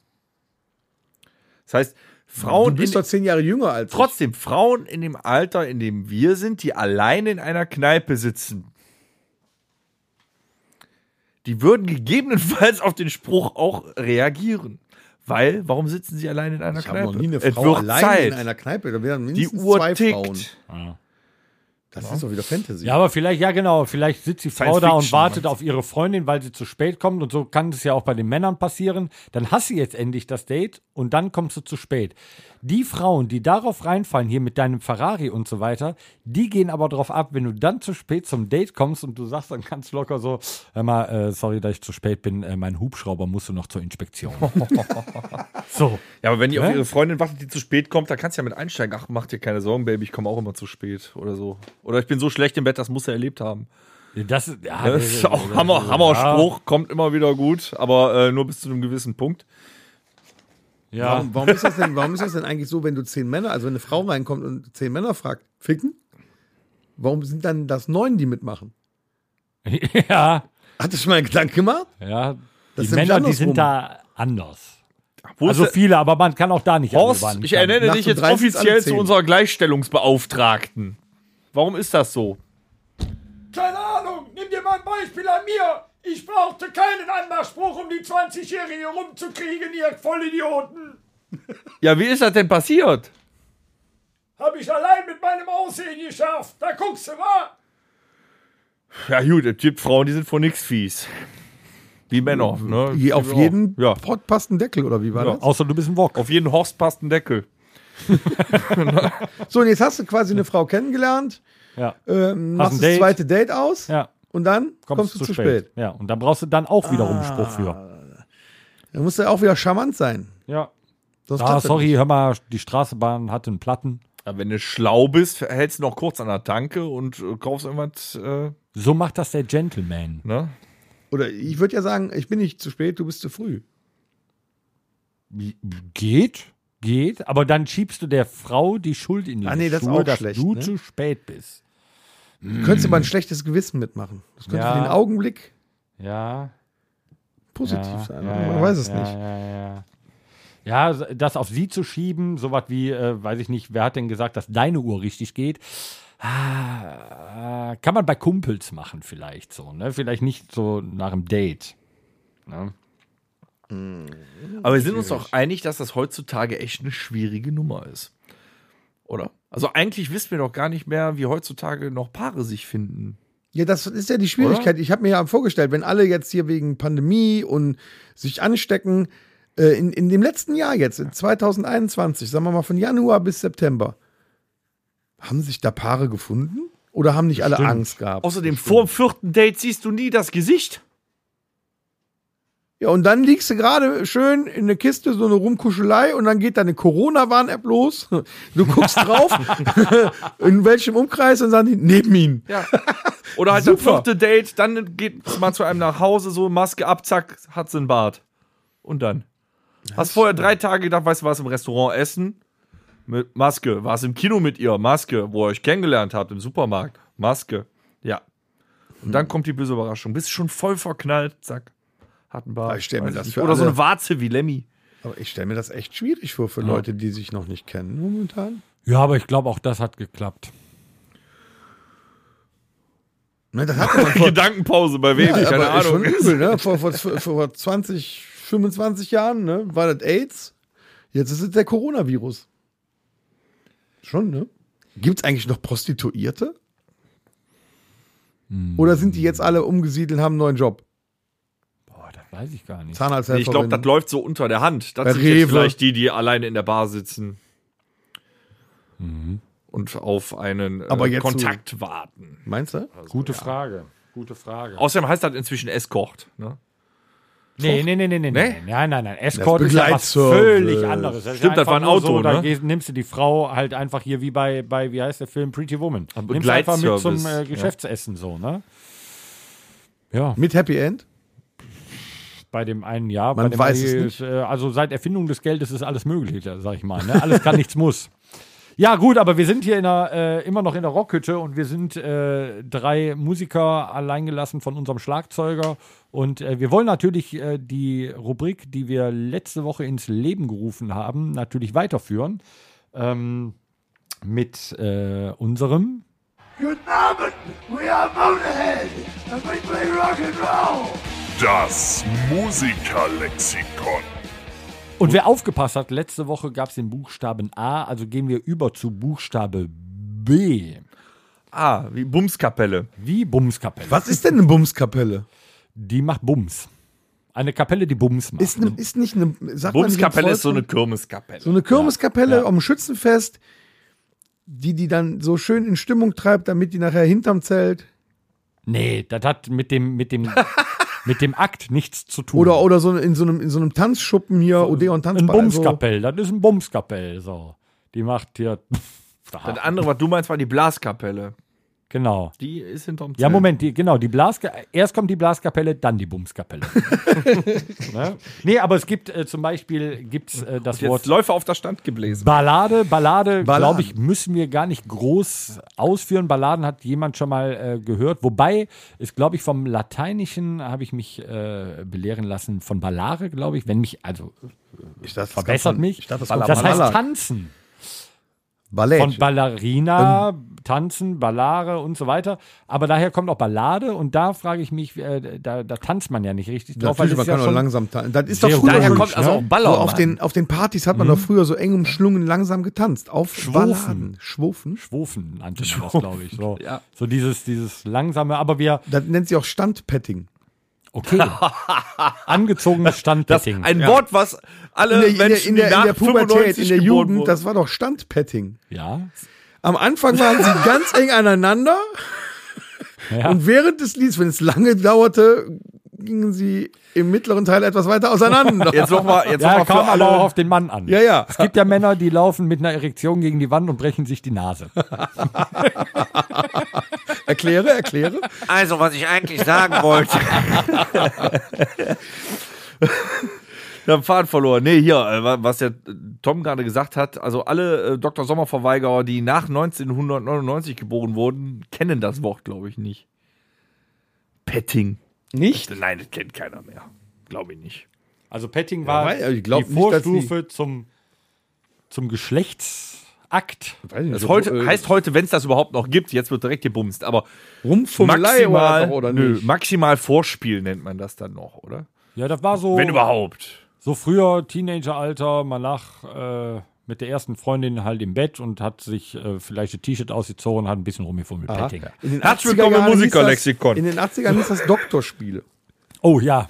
C: Das heißt, Frauen
D: Du bist doch zehn Jahre jünger als ich.
C: trotzdem Frauen in dem Alter, in dem wir sind, die alleine in einer Kneipe sitzen, die würden gegebenenfalls auf den Spruch auch reagieren. Weil, warum sitzen sie allein in einer
D: Ich habe
C: Kneipe?
D: noch nie eine
C: es
D: Frau
C: wird
D: allein
C: Zeit.
D: in einer Kneipe. Da werden
C: Die
D: mindestens zwei
C: Uhr tickt.
D: Frauen. Das ist doch wieder Fantasy.
B: Ja, aber vielleicht, ja genau, vielleicht sitzt die Frau
C: Science
B: da und
C: Fiction, halt.
B: wartet
C: meinst du?
B: auf ihre Freundin, weil sie zu spät kommt und so kann es ja auch bei den Männern passieren. Dann hast du jetzt endlich das Date und dann kommst du zu spät. Die Frauen, die darauf reinfallen, hier mit deinem Ferrari und so weiter, die gehen aber drauf ab, wenn du dann zu spät zum Date kommst und du sagst dann ganz locker so, hör mal, äh, sorry, dass ich zu spät bin, äh, mein Hubschrauber musst du noch zur Inspektion. so.
C: Ja, aber wenn die auf
B: Ne?
C: ihre Freundin wartet, die zu spät kommt, dann kannst du ja mit einsteigen. Ach, mach dir keine Sorgen, Baby, ich komme auch immer zu spät oder so. Oder ich bin so schlecht im Bett, das muss er erlebt haben.
B: Das, ist- ja,
C: Das ist auch Hammer, Hammerspruch, kommt immer wieder gut, aber äh, nur bis zu einem gewissen Punkt.
B: Ja. ja.
D: Warum, warum, ist das denn, warum ist das denn eigentlich so, wenn du zehn Männer, also wenn eine Frau reinkommt und zehn Männer fragt, ficken? Warum sind dann das neun, die mitmachen?
B: ja.
D: Hat das schon mal einen Gedanken gemacht?
B: Ja,
D: Das
B: die
D: ist nämlich
B: Männer, die
D: andersrum.
B: sind da anders.
C: Wo
B: also
C: ist der-
B: viele, aber man kann auch da nicht
C: Horst,
B: alle waren.
C: ich
B: Kann-
C: ernenne
D: Nacht
C: dich
D: um
C: jetzt
D: 30 ist alle
C: offiziell zu
D: zehn.
C: unserer Gleichstellungsbeauftragten. Warum ist das so?
B: Keine Ahnung, nimm dir mal ein Beispiel an mir. Ich brauchte keinen Anmachspruch, um die 20-Jährige rumzukriegen, ihr Vollidioten.
C: Ja, wie ist das denn passiert?
B: Hab ich allein mit meinem Aussehen geschafft. Da guckst du mal.
C: Ja, gut, es gibt Frauen, die sind vor nichts fies. Wie Männer, ne?
D: Je- Auf
C: Ja.
D: jeden
C: Ja.
D: Pott passt ein Deckel, oder wie war
C: Ja.
D: das?
B: Außer du bist ein Wok.
C: Auf jeden Horst passt ein Deckel.
D: So, und jetzt hast du quasi eine Frau kennengelernt,
B: Ja,
D: ähm,
B: Hast ein
D: machst das
B: Date.
D: zweite Date aus
B: ja.
D: und dann kommst, du zu spät. Ah.
B: Ja, und da brauchst du dann auch wiederum einen Spruch für.
D: Da musst du auch wieder charmant sein.
B: Ja.
D: Sonst
B: Ah,
D: klappt das
B: sorry,
D: nicht.
B: hör mal, die Straßenbahn hatte einen Platten.
C: Ja, wenn du schlau bist, hältst du noch kurz an der Tanke und äh, kaufst irgendwas, äh,
B: So macht das der Gentleman.
C: ne?
D: Oder ich würde ja sagen, ich bin nicht zu spät, du bist zu früh.
B: Geht, geht, aber dann schiebst du der Frau die Schuld in die
D: Ah, nee, das ist
B: Schuhe,
D: auch
B: dass
D: schlecht,
B: du
D: ne?
B: zu spät bist.
D: Du könntest aber ein schlechtes Gewissen mitmachen. Das könnte
B: Ja.
D: für den Augenblick
B: Ja,
D: positiv
B: ja,
D: sein.
B: ja,
D: aber Man
B: ja,
D: weiß es
B: ja,
D: nicht.
B: Ja, ja. ja, so- das auf sie zu schieben, sowas wie, äh, weiß ich nicht, wer hat denn gesagt, dass deine Uhr richtig geht? Ah, äh, kann man bei Kumpels machen vielleicht so, ne? Vielleicht nicht so nach dem Date. Ne?
C: Aber wir sind uns doch einig, dass das heutzutage echt eine schwierige Nummer ist. Oder? Also eigentlich wissen wir doch gar nicht mehr, wie heutzutage noch Paare sich finden.
D: Ja, das ist ja die Schwierigkeit. Ich habe mir ja vorgestellt, wenn alle jetzt hier wegen Pandemie und sich anstecken, äh, in, in dem letzten Jahr jetzt, in 2021, sagen wir mal von Januar bis September, haben sich da Paare gefunden? Oder haben nicht alle
B: Bestimmt.
D: Angst gehabt?
C: Außerdem, vor dem vierten Date siehst du nie das Gesicht.
D: Ja, und dann liegst du gerade schön in eine Kiste, so eine Rumkuschelei, und dann geht deine Corona-Warn-App los. Du guckst drauf, in welchem Umkreis, und sagen die, neben ihn.
C: Ja. Oder halt das
D: Super.
C: fünfte Date, dann geht's mal zu einem nach Hause, so Maske ab, zack, hat sie einen Bart. Und dann. Hast vorher drei Tage gedacht, weißt du, warst im Restaurant essen? Mit Maske. Warst im Kino mit ihr? Maske. Wo ihr euch kennengelernt habt, im Supermarkt? Maske. Ja. Und
D: Hm.
C: dann kommt die böse Überraschung. Bist schon voll verknallt, zack. Hat einen Bart.
D: Ich stell mir
C: Weiß
D: das
C: nicht.
D: für
C: Oder so
D: alle-
C: eine Warze wie Lemmy.
D: Aber ich stelle mir das echt schwierig vor für Leute, die sich noch nicht kennen momentan.
B: Ja, aber ich glaube, auch das hat geklappt.
D: Ne, das hat man vor,
C: Gedankenpause bei wem?
D: ja,
C: keine
D: aber ist schon
C: Ahnung.
D: übel, ne? Vor, vor, vor 20, 25 Jahren, ne? War das AIDS? Jetzt ist es der Coronavirus. Schon, ne? Gibt es eigentlich noch Prostituierte?
C: Hm.
D: Oder sind die jetzt alle umgesiedelt und haben einen neuen Job?
B: Boah, das weiß ich gar nicht.
D: Zahnarzthelferin.
C: Ich glaube, das läuft so unter der Hand.
D: Bei
C: Das sind jetzt
D: Rewe.
C: vielleicht die, die alleine in der Bar sitzen. Und auf einen äh,
D: Mhm. Aber jetzt
C: Kontakt warten.
D: Meinst du?
C: Also-
B: Gute Frage. Gute Frage.
C: Außerdem heißt das inzwischen Escort. Ne?
B: Nee, nee, nee, nee, nee, nee. Nein, nein, nein. Escort
D: Das
B: ist ja was
D: Begleitservice.
B: völlig anderes. ist
C: Stimmt, das
B: einfach
C: war ein
B: nur So,
C: Auto,
B: da
C: ne?
B: gehst, nimmst du die Frau halt einfach hier wie bei, bei wie heißt der Film, Pretty Woman. Nimmst du einfach
C: Begleitservice,
B: mit zum
C: ja.
B: äh, Geschäftsessen so, ne? Ja,
D: Mit Happy End?
B: bei dem einen ja.
D: Man
B: bei dem
D: weiß es
B: anderen
D: nicht.
B: Ist, äh, also seit Erfindung des Geldes ist alles möglich, sag ich mal. Ne? Alles kann, nichts muss. Ja, gut, aber wir sind hier in der, äh, immer noch in der Rockhütte und wir sind äh, drei Musiker alleingelassen von unserem Schlagzeuger. Und äh, wir wollen natürlich äh, die Rubrik, die wir letzte Woche ins Leben gerufen haben, natürlich weiterführen. Ähm, mit äh, unserem.
A: Das Musikerlexikon.
B: Und wer aufgepasst hat, letzte Woche gab es den Buchstaben A, also gehen wir über zu Buchstabe B.
C: Ah, wie Bumskapelle.
B: Wie Bumskapelle.
D: Was ist denn eine Bumskapelle?
B: Die macht Bums. Eine Kapelle, die Bums macht.
D: Ist, ne, ist nicht eine. Sagt man nicht im
C: Bumskapelle ist so eine
D: Volksmund?
C: Kirmeskapelle.
D: So eine Kirmeskapelle am Schützenfest, die die dann so schön in Stimmung treibt, damit die nachher hinterm Zelt.
B: nee, das hat mit dem, mit dem, mit dem Akt nichts zu tun.
D: Oder, oder so in, so einem, in so einem Tanzschuppen hier, Odeon
B: ein
D: Tanzball. also
B: Bumskapell, das ist ein Bumskapell. So. Die macht hier.
C: Das andere, was du meinst, war die Blaskapelle.
B: Genau.
C: Die ist hinterm
B: Ja,
C: Zelt.
B: Moment, die, genau, die Blaska erst kommt die Blaskapelle, dann die Bumskapelle. ne? Nee, aber es gibt äh, zum Beispiel gibt's, äh, das
C: Jetzt
B: Wort
C: Läufer auf der Stand gebläsen.
B: Ballade. Ballade,
D: Balladen.
B: glaube ich, müssen wir gar nicht groß ausführen. Balladen hat jemand schon mal äh, gehört. Wobei ist, glaube ich, vom Lateinischen habe ich mich äh, belehren lassen, von Ballare, glaube ich, wenn mich, also
D: So. Ich dachte, das
B: verbessert
D: kommt von-
B: mich.
D: Ich dachte, das, kommt
B: das
D: von
B: heißt
D: Allah.
B: tanzen.
D: Ballett.
B: Von Ballerina, Tanzen, Ballare und so weiter. Aber daher kommt auch Ballade und da frage ich mich, äh, da, da tanzt man ja nicht richtig drauf,
D: Natürlich,
B: das
D: man
B: ist ja
D: kann auch
B: schon-
D: langsam tanzen. Das ist doch
B: Sehr
D: früher
B: daher
D: schon-
B: kommt also
C: auch Baller,
D: so auf,
C: Mann.
D: den, auf den Partys hat man doch früher so eng umschlungen langsam getanzt. Auf
B: Schwofen.
D: Balladen. Schwofen.
B: Schwofen nannte man das, glaube ich. So,
C: ja.
B: so dieses, dieses langsame, aber wir,
D: Das nennt sich auch Standpetting.
B: okay, angezogenes
C: Das,
B: Standpetting.
C: ein Wort, was alle Menschen,
D: in der,
C: die
D: in
C: Äh, nach
D: der Pubertät,
C: 95
D: in der
C: geboren
D: Jugend,
C: wurden-
D: das war doch Standpetting.
B: Ja,
D: Am Anfang waren sie ganz eng aneinander
B: Ja.
D: und während des Lieds, wenn es lange dauerte, gingen sie im mittleren Teil etwas weiter auseinander.
C: Jetzt nochmal, jetzt
B: ja
C: noch mal
B: kam
C: für alle.
B: aber auch auf den Mann an.
D: Ja, ja.
B: Es gibt ja Männer, die laufen mit einer Erektion gegen die Wand und brechen sich die Nase.
D: Erkläre, erkläre.
E: Also, was ich eigentlich sagen wollte.
C: Wir haben Faden verloren. Nee, hier, äh, wa- was der äh, Tom gerade gesagt hat, also alle äh, Dr. Sommerverweigerer, die nach 1999 geboren wurden, kennen das Wort, glaube ich, nicht. Petting.
D: Nicht?
C: Nein, das kennt keiner mehr. Glaube ich nicht.
B: Also Petting war
D: weil- ich glaub
B: die
D: nicht, dass die-
B: Vorstufe zum, zum Geschlechtsakt.
D: Also
C: Das
D: äh,
C: heute, heißt heute, wenn es das überhaupt noch gibt, jetzt wird direkt gebumst, aber
D: Rumpfummelei
C: maximal,
D: oder, oder
C: nö,
D: nicht?
C: maximal Vorspiel nennt man das dann noch, oder?
B: Ja, das war so.
C: Wenn überhaupt.
B: So früher, Teenageralter, man lag äh, mit der ersten Freundin halt im Bett und hat sich äh, vielleicht ein T-Shirt ausgezogen, hat ein bisschen rumgefummelt. Petting.
D: In den
C: Herzlich
D: 80er
C: willkommen im
D: Jahren hieß das-
C: Musikerlexikon.
D: In den 80ern hieß das Doktorspiele.
B: Oh ja.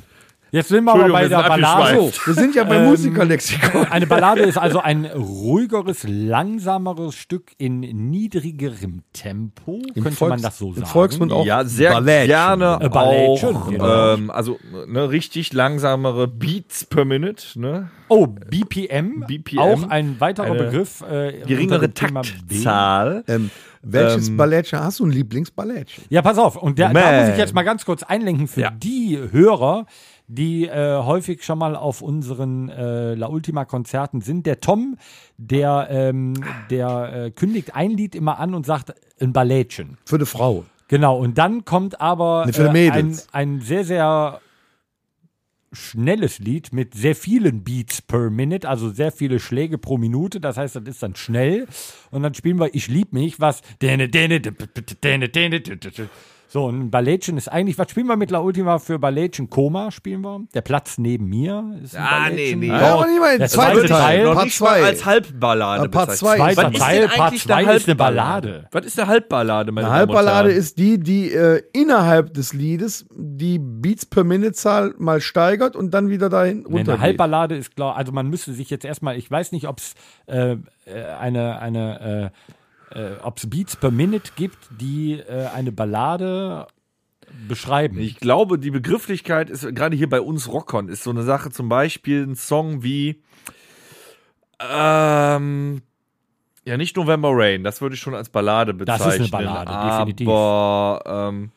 B: Jetzt sind wir aber bei der
C: Entschuldigung, wir sind
B: Ballade.
C: abgeschweift.
D: Wir sind ja bei Musikerlexikon.
B: Eine Ballade ist also ein ruhigeres, langsameres Stück in niedrigerem Tempo, könnte man
D: Volks-
B: das so
D: im
B: sagen.
D: Volksmund auch
C: Ja, sehr
D: Ballett.
C: gerne
B: Äh, Ballett,
C: auch,
B: genau.
C: ähm, also ne, richtig langsamere Beats per Minute, ne?
B: Oh, BPM,
C: BPM,
B: auch ein weiterer
C: eine
B: Begriff. Äh, unter
C: Geringere
B: dem Thema B.
C: Taktzahl.
D: Ähm, welches Ballettchen hast du ein Lieblingsballettchen?
B: Ja, pass auf. Und da, da muss ich
C: Man.
B: jetzt mal ganz kurz einlenken für
C: Ja.
B: die Hörer, die äh, häufig schon mal auf unseren äh, La Ultima-Konzerten sind. Der Tom, der, ähm, der äh, kündigt ein Lied immer an und sagt, ein Ballettchen.
D: Für eine Frau.
B: Genau, und dann kommt aber
D: Nee, für
B: ein,
D: Mädels.
B: ein sehr, sehr schnelles Lied mit sehr vielen Beats per Minute, also sehr viele Schläge pro Minute. Das heißt, das ist dann schnell. Und dann spielen wir Ich lieb mich, was. So, ein Balletchen ist eigentlich, was spielen wir mit La Ultima für Balletchen? Koma spielen wir. Der Platz neben mir ist ein
C: Ah, nee,
B: Balletchen.
C: nee.
D: Ja, aber nicht mal
B: Der
D: den
B: zweite
D: zweiten Teil.
B: Teil.
D: Part
C: Also nicht mal
D: 2.
C: als Halbballade.
D: Äh, Part
C: bezeichnet.
D: zwei.
C: Was
B: Zweiter
C: ist
B: Teil,
C: denn
B: Part
C: eigentlich
B: zwei ist eine Ballade.
C: Was ist eine Halbballade, meine
D: Eine
C: Damen und
D: Halbballade
C: Herren?
D: ist die, die äh, innerhalb des Liedes die Beats per Minute Zahl mal steigert und dann wieder dahin
B: Nee,
D: runter.
B: Eine Halbballade ist klar, also man müsste sich jetzt erstmal, ich weiß nicht, ob es äh, äh, eine, eine äh, äh, ob es Beats per Minute gibt, die äh, eine Ballade beschreiben.
C: Ich glaube, die Begrifflichkeit ist gerade hier bei uns Rockern ist so eine Sache. Zum Beispiel ein Song wie ähm, ja nicht November Rain. Das würde ich schon als Ballade
B: Das ist eine
C: bezeichnen.
B: Ballade, definitiv.
C: Aber ähm,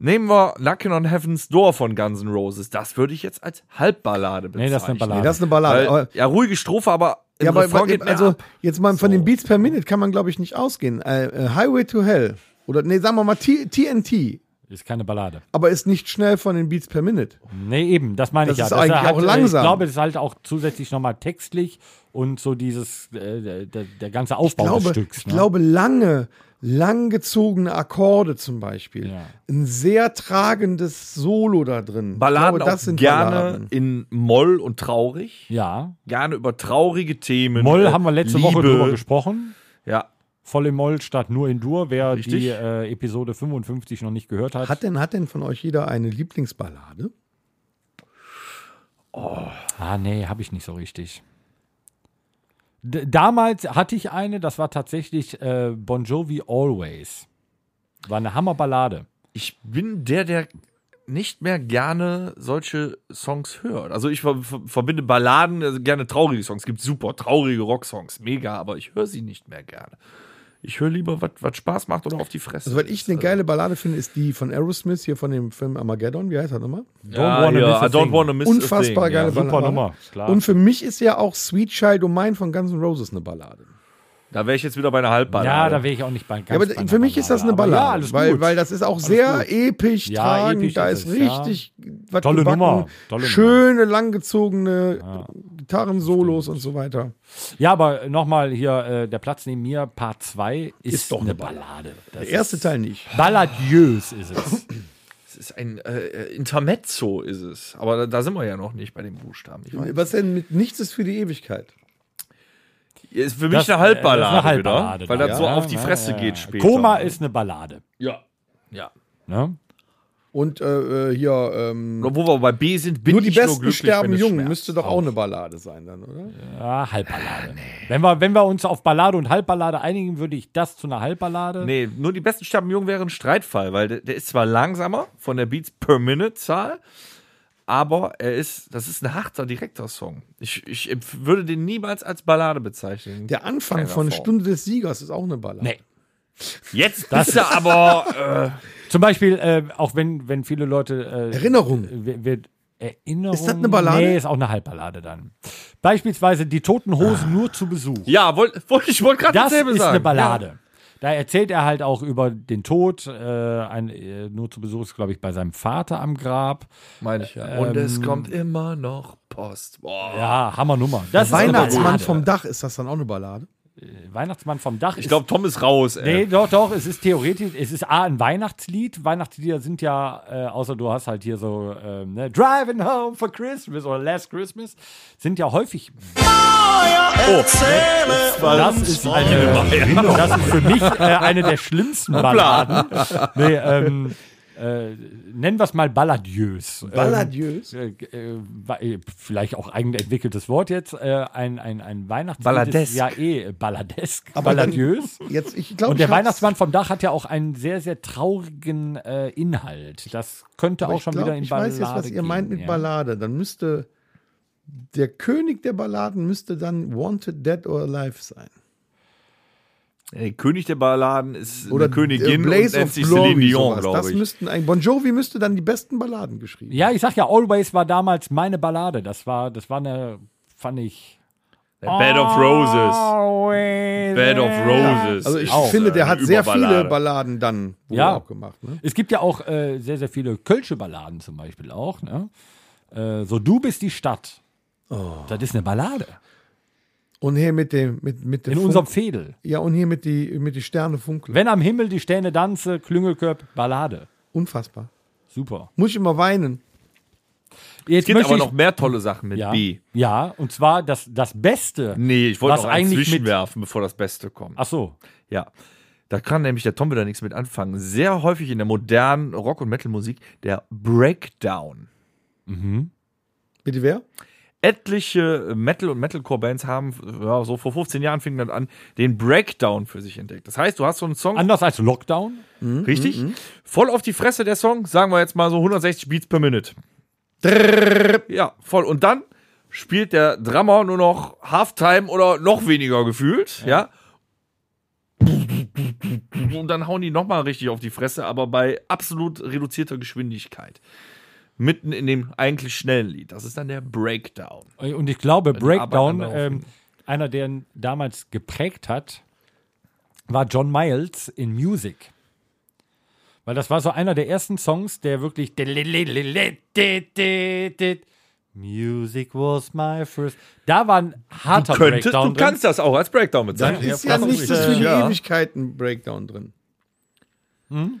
C: nehmen wir Knockin' on Heaven's Door von Guns N' Roses. Das würde ich jetzt als Halbballade bezeichnen.
B: Nee, das ist eine Ballade.
D: Nee, das ist eine Ballade.
C: Weil,
D: aber,
C: ja ruhige Strophe, aber im
D: ja, aber
C: Refrain geht mehr
D: also
C: ab.
D: jetzt mal von
C: So.
D: den Beats per Minute kann man glaube ich nicht ausgehen. Äh, äh, Highway to Hell oder nee, sagen wir mal T TNT,
B: Ist keine Ballade.
D: aber ist nicht schnell von den Beats per Minute.
B: Nee, eben, das meine
D: Das
B: ich ja.
D: ist eigentlich
B: hat,
D: auch langsam.
B: Ich glaube, das ist halt auch zusätzlich nochmal textlich und so dieses, äh, der, der ganze
D: Ich
B: Aufbau
D: glaube,
B: des Stücks.
D: ich
B: ne?
D: glaube lange, langgezogene Akkorde zum Beispiel,
B: Ja.
D: ein sehr tragendes Solo da drin. Ich
C: Balladen
D: glaube,
C: auch gerne
D: Balladen.
C: in Moll und traurig.
B: Ja.
C: Gerne über traurige Themen.
B: Moll
C: äh,
B: haben wir letzte
C: Liebe.
B: Woche drüber gesprochen.
C: Ja.
B: Voll im Moll statt nur in Dur. Wer
C: Richtig.
B: die äh, Episode 55 noch nicht gehört hat.
D: Hat denn, hat denn von euch jeder eine Lieblingsballade?
B: Ah, nee, habe ich nicht so richtig. D damals hatte ich eine, das war tatsächlich äh, Bon Jovi Always. War eine Hammerballade.
C: Ich bin der, der nicht mehr gerne solche Songs hört. Also ich ver ver verbinde Balladen, also gerne traurige Songs. Es gibt super traurige Rocksongs, mega, aber ich höre sie nicht mehr gerne. Ich höre lieber, was was Spaß macht oder auf die Fresse.
D: Also, was ich
C: ist.
B: Äh.
D: eine geile Ballade finde, ist die von Aerosmith hier von dem Film Armageddon. Wie heißt er nochmal?
C: Don't ja, wanna ja, miss I
B: a
C: don't
B: thing.
C: wanna miss a
D: Unfassbar
C: thing,
D: geile
C: Ja.
B: Super
D: Ballade.
B: Nummer, klar.
D: Und für mich ist ja auch Sweet Child O' Mine von Guns N' Roses eine Ballade.
C: Da wäre ich jetzt wieder bei einer Halbballade.
B: Ja, da wäre ich auch nicht bei ganz
D: Ja, aber
B: bei einer
D: für mich ist das eine
B: aber
D: Ballade,
B: Ja, alles
D: weil,
B: gut.
D: weil das ist auch sehr
B: gut.
D: episch
B: Ja,
D: tragend,
B: episch
D: da
B: ist
D: ist
B: es, ja.
D: richtig was
B: Tolle
D: gebacken,
B: Nummer, tolle Nummer.
D: schöne langgezogene Gitarrensolos und so weiter.
B: ja, aber nochmal hier, äh, der Platz neben mir, Part 2, ist,
D: doch
B: eine
D: eine
B: Ballade.
D: Der erste Teil nicht.
B: Balladiös ist es.
C: Es ist ein äh, Intermezzo ist es. Aber da, da sind wir ja noch nicht bei dem Buchstaben. Ich weiß.
D: Was denn mit nichts ist für die Ewigkeit?
C: Ist für mich
B: Das- das
C: eine Halbballade,
B: ist eine Halbballade
C: wieder, weil das
B: dann,
C: so
B: ja,
C: auf die
B: ja,
C: Fresse
B: ja,
C: geht
B: ja.
C: später.
B: Koma ist eine Ballade.
C: ja, ja.
B: Ne?
D: Und äh, äh, hier ähm,
C: Oder wo wir bei B sind, bin
D: nur die
C: ich nur
D: besten
C: glücklich,
D: sterben
C: wenn es
D: jung
C: schmerzt.
D: müsste doch auch eine Ballade sein dann, oder?
B: Ja, Ah,
D: Ah,
B: Halbballade. wenn, wir, wenn wir uns auf Ballade und Halbballade einigen, würde ich das zu einer Halbballade.
C: Nee, nur die besten sterben jung wäre ein Streitfall, weil der, der ist zwar langsamer von der Beats per Minute Zahl, aber er ist, das ist ein harter, direkter Song. Ich, ich empf- würde den niemals als Ballade bezeichnen.
D: Der Anfang
C: Keiner
D: von
C: Form.
D: Stunde des Siegers ist auch eine Ballade.
B: Nee.
C: Jetzt ist er aber
B: Zum Beispiel, äh, auch wenn, wenn viele Leute. Äh,
D: Erinnerung.
B: Wird, wird Erinnerung.
D: Ist das eine Ballade?
B: Nee, ist auch eine Halbballade dann. Beispielsweise die Toten Hosen nur zu Besuch.
C: äh, ja, wollte wollt, ich wollte gerade
B: Das
C: dasselbe
B: ist
C: sagen.
B: eine Ballade. Da erzählt er halt auch über den Tod. Äh, ein, äh, nur zu Besuch ist, glaube ich, bei seinem Vater am Grab.
C: Ja, meine ich ja. Und
D: Ähm,
C: es kommt immer noch Post. Boah.
B: Ja, Hammernummer. Das ist eine
D: Weihnachtsmann
B: Ballade.
D: vom Dach ist das dann auch eine Ballade?
B: Weihnachtsmann vom Dach.
C: Ich glaube, Tom ist raus. Ey.
B: Nee, doch, doch, es ist theoretisch, es ist A, ein Weihnachtslied. Weihnachtslieder sind ja, äh, außer du hast halt hier so, ähm, ne, Driving Home for Christmas oder Last Christmas, sind ja häufig. Oh, ne, Das ist, eine, das ist für mich äh, eine der schlimmsten Balladen. Nee, ähm, äh, nennen wir es mal balladiös.
D: Balladiös?
B: Ähm, äh, äh, wa- äh, vielleicht auch eigen entwickeltes Wort jetzt. Äh, ein, ein, ein Weihnachtslied
C: Balladesk.
B: ist ja eh balladesk,
D: Aber dann-
B: balladiös.
D: Jetzt, ich glaube,
B: Und der Weihnachtsmann vom Dach hat ja auch einen sehr, sehr traurigen äh, Inhalt. Das könnte auch
D: ich
B: schon
D: glaub,
B: wieder in
D: Ich
B: Ballade
D: weiß jetzt, was ihr
B: gehen,
D: meint mit
B: ja.
D: Ballade. Dann müsste der König der Balladen müsste dann Wanted Dead or Alive sein.
C: Ey, König der Balladen ist
D: Oder
C: eine Königin
D: äh,
C: und nennt sich Celine Dion,
D: sowas.
C: glaube
D: Das
C: ich.
D: müssten ein Bon Jovi müsste dann die besten Balladen geschrieben.
B: Ja, ich sag ja, Always war damals meine Ballade. Das war, das war eine, fand ich.
C: Bed of Roses.
B: Always.
C: Bed of Roses.
D: Also ich
B: Auch,
D: finde, der
C: äh,
D: hat sehr
C: Überballade.
D: viele Balladen dann wohl
B: Ja.
D: auch gemacht. Ne?
B: Es gibt ja auch äh, sehr, sehr viele Kölsche Balladen zum Beispiel auch. Ne? Äh, so, du bist die Stadt.
D: Oh.
B: Das ist eine Ballade.
D: Und hier mit dem mit mit dem
B: In
D: Funk-
B: unserem Fädel.
D: ja und hier mit die mit die Sterne funkeln.
B: Wenn am Himmel die Sterne tanzen, Klüngelköp, Ballade.
D: Unfassbar.
B: Super.
D: Muss ich immer weinen.
B: Jetzt
C: Es gibt aber
B: ich-
C: noch mehr tolle Sachen mit
B: ja,
C: B.
B: Ja, und zwar das, das Beste.
C: Nee, ich wollte
B: was
C: noch einen
B: eigentlich mit. Ah.
C: zwischenwerfen, bevor das Beste kommt.
B: Ach so.
C: Ja. Da kann nämlich der Tom wieder nichts mit anfangen. Sehr häufig in der modernen Rock- und Metal-Musik der Breakdown.
D: Bitte wer?
C: Etliche Metal- und Metalcore-Bands haben, ja, so vor 15 Jahren fing das an, den Breakdown für sich entdeckt. Das heißt, du hast so einen Song,
B: Anders als Lockdown.
C: richtig? Voll auf die Fresse der Song, sagen wir jetzt mal so 160 Beats per Minute. Ja, voll. Und dann spielt der Drummer nur noch Halftime oder noch weniger gefühlt, ja. Und dann hauen die nochmal richtig auf die Fresse, aber bei absolut reduzierter Geschwindigkeit. Mitten in dem eigentlich schnellen Lied. Das ist dann der Breakdown.
B: Und ich glaube, Breakdown,
C: arbeiten wir
B: ähm, einer, der ihn damals geprägt hat, war John Miles in Music. Weil das war so einer der ersten Songs, der wirklich Music was my first. Da war ein harter
C: Könntest,
B: Breakdown
C: du kannst das auch als Breakdown bezeichnen.
D: Ist ja
C: passt
D: nichts
C: nicht.
D: für die
C: Ja.
D: Ewigkeiten Breakdown drin.
C: Hm?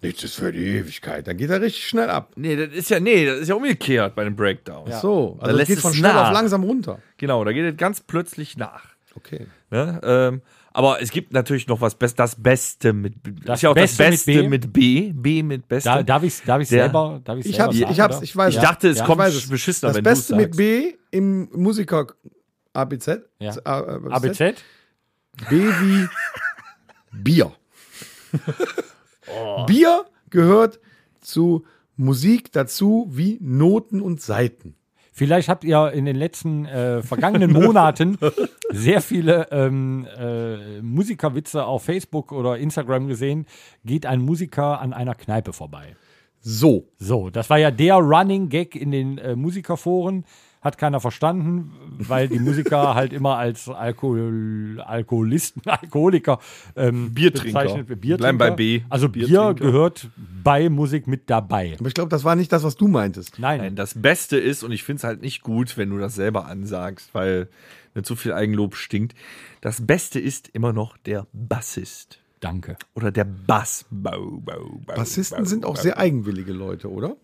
D: Nichts ist für die Ewigkeit. Dann geht er richtig schnell ab.
C: Nee, das ist ja, nee, das ist ja umgekehrt bei den Breakdowns.
D: So,
C: Da
D: also es
C: lässt
D: geht
C: es
D: von schnell
C: nach.
D: auf langsam runter.
C: Genau, da geht es ganz plötzlich nach.
D: Okay.
C: Ne? Ähm, aber es gibt natürlich noch was Best, das Beste mit
B: Das
C: ist ja auch
B: Beste mit
C: das Beste
B: B.
C: mit B. B mit Beste.
B: Da, darf ich darf ich's
C: Der-
B: selber, darf ich's
D: Ich
B: selber
D: hab's,
B: sagen,
D: ich hab's,
B: oder?
D: ich weiß.
C: ich dachte, es
B: ja,
C: kommt
D: ich weiß es.
C: beschissener,
D: Das
C: wenn
D: Beste
C: du's
D: mit
C: sagst.
D: B im Musiker ABZ.
B: Ja.
D: Z- A- äh, A- Z?
B: ABZ?
D: B wie Bier. Bier gehört zu Musik dazu wie Noten und Saiten.
B: Vielleicht habt ihr in den letzten äh, vergangenen Monaten sehr viele ähm, äh, Musikerwitze auf Facebook oder Instagram gesehen. Geht ein Musiker an einer Kneipe vorbei.
D: So.
B: So, das war ja der Running Gag in den äh, Musikerforen. Hat keiner verstanden, weil die Musiker halt immer als Alkohol, Alkoholisten, Alkoholiker, ähm,
C: Biertrinker.
B: bezeichnet werden. Biertrinker.
C: Bleiben bei B.
B: Also Bier
C: Biertrinker.
B: gehört bei Musik mit dabei.
D: Aber ich glaube, das war nicht das, was du meintest.
B: Nein,
C: Nein, das Beste ist, und ich finde es halt nicht gut, wenn du das selber ansagst, weil ne, zu viel Eigenlob stinkt. Das Beste ist immer noch der Bassist.
B: danke.
C: Oder der Bass. Bau, bau, bau,
D: Bassisten
C: bau,
D: sind auch
C: bau.
D: sehr eigenwillige Leute, oder?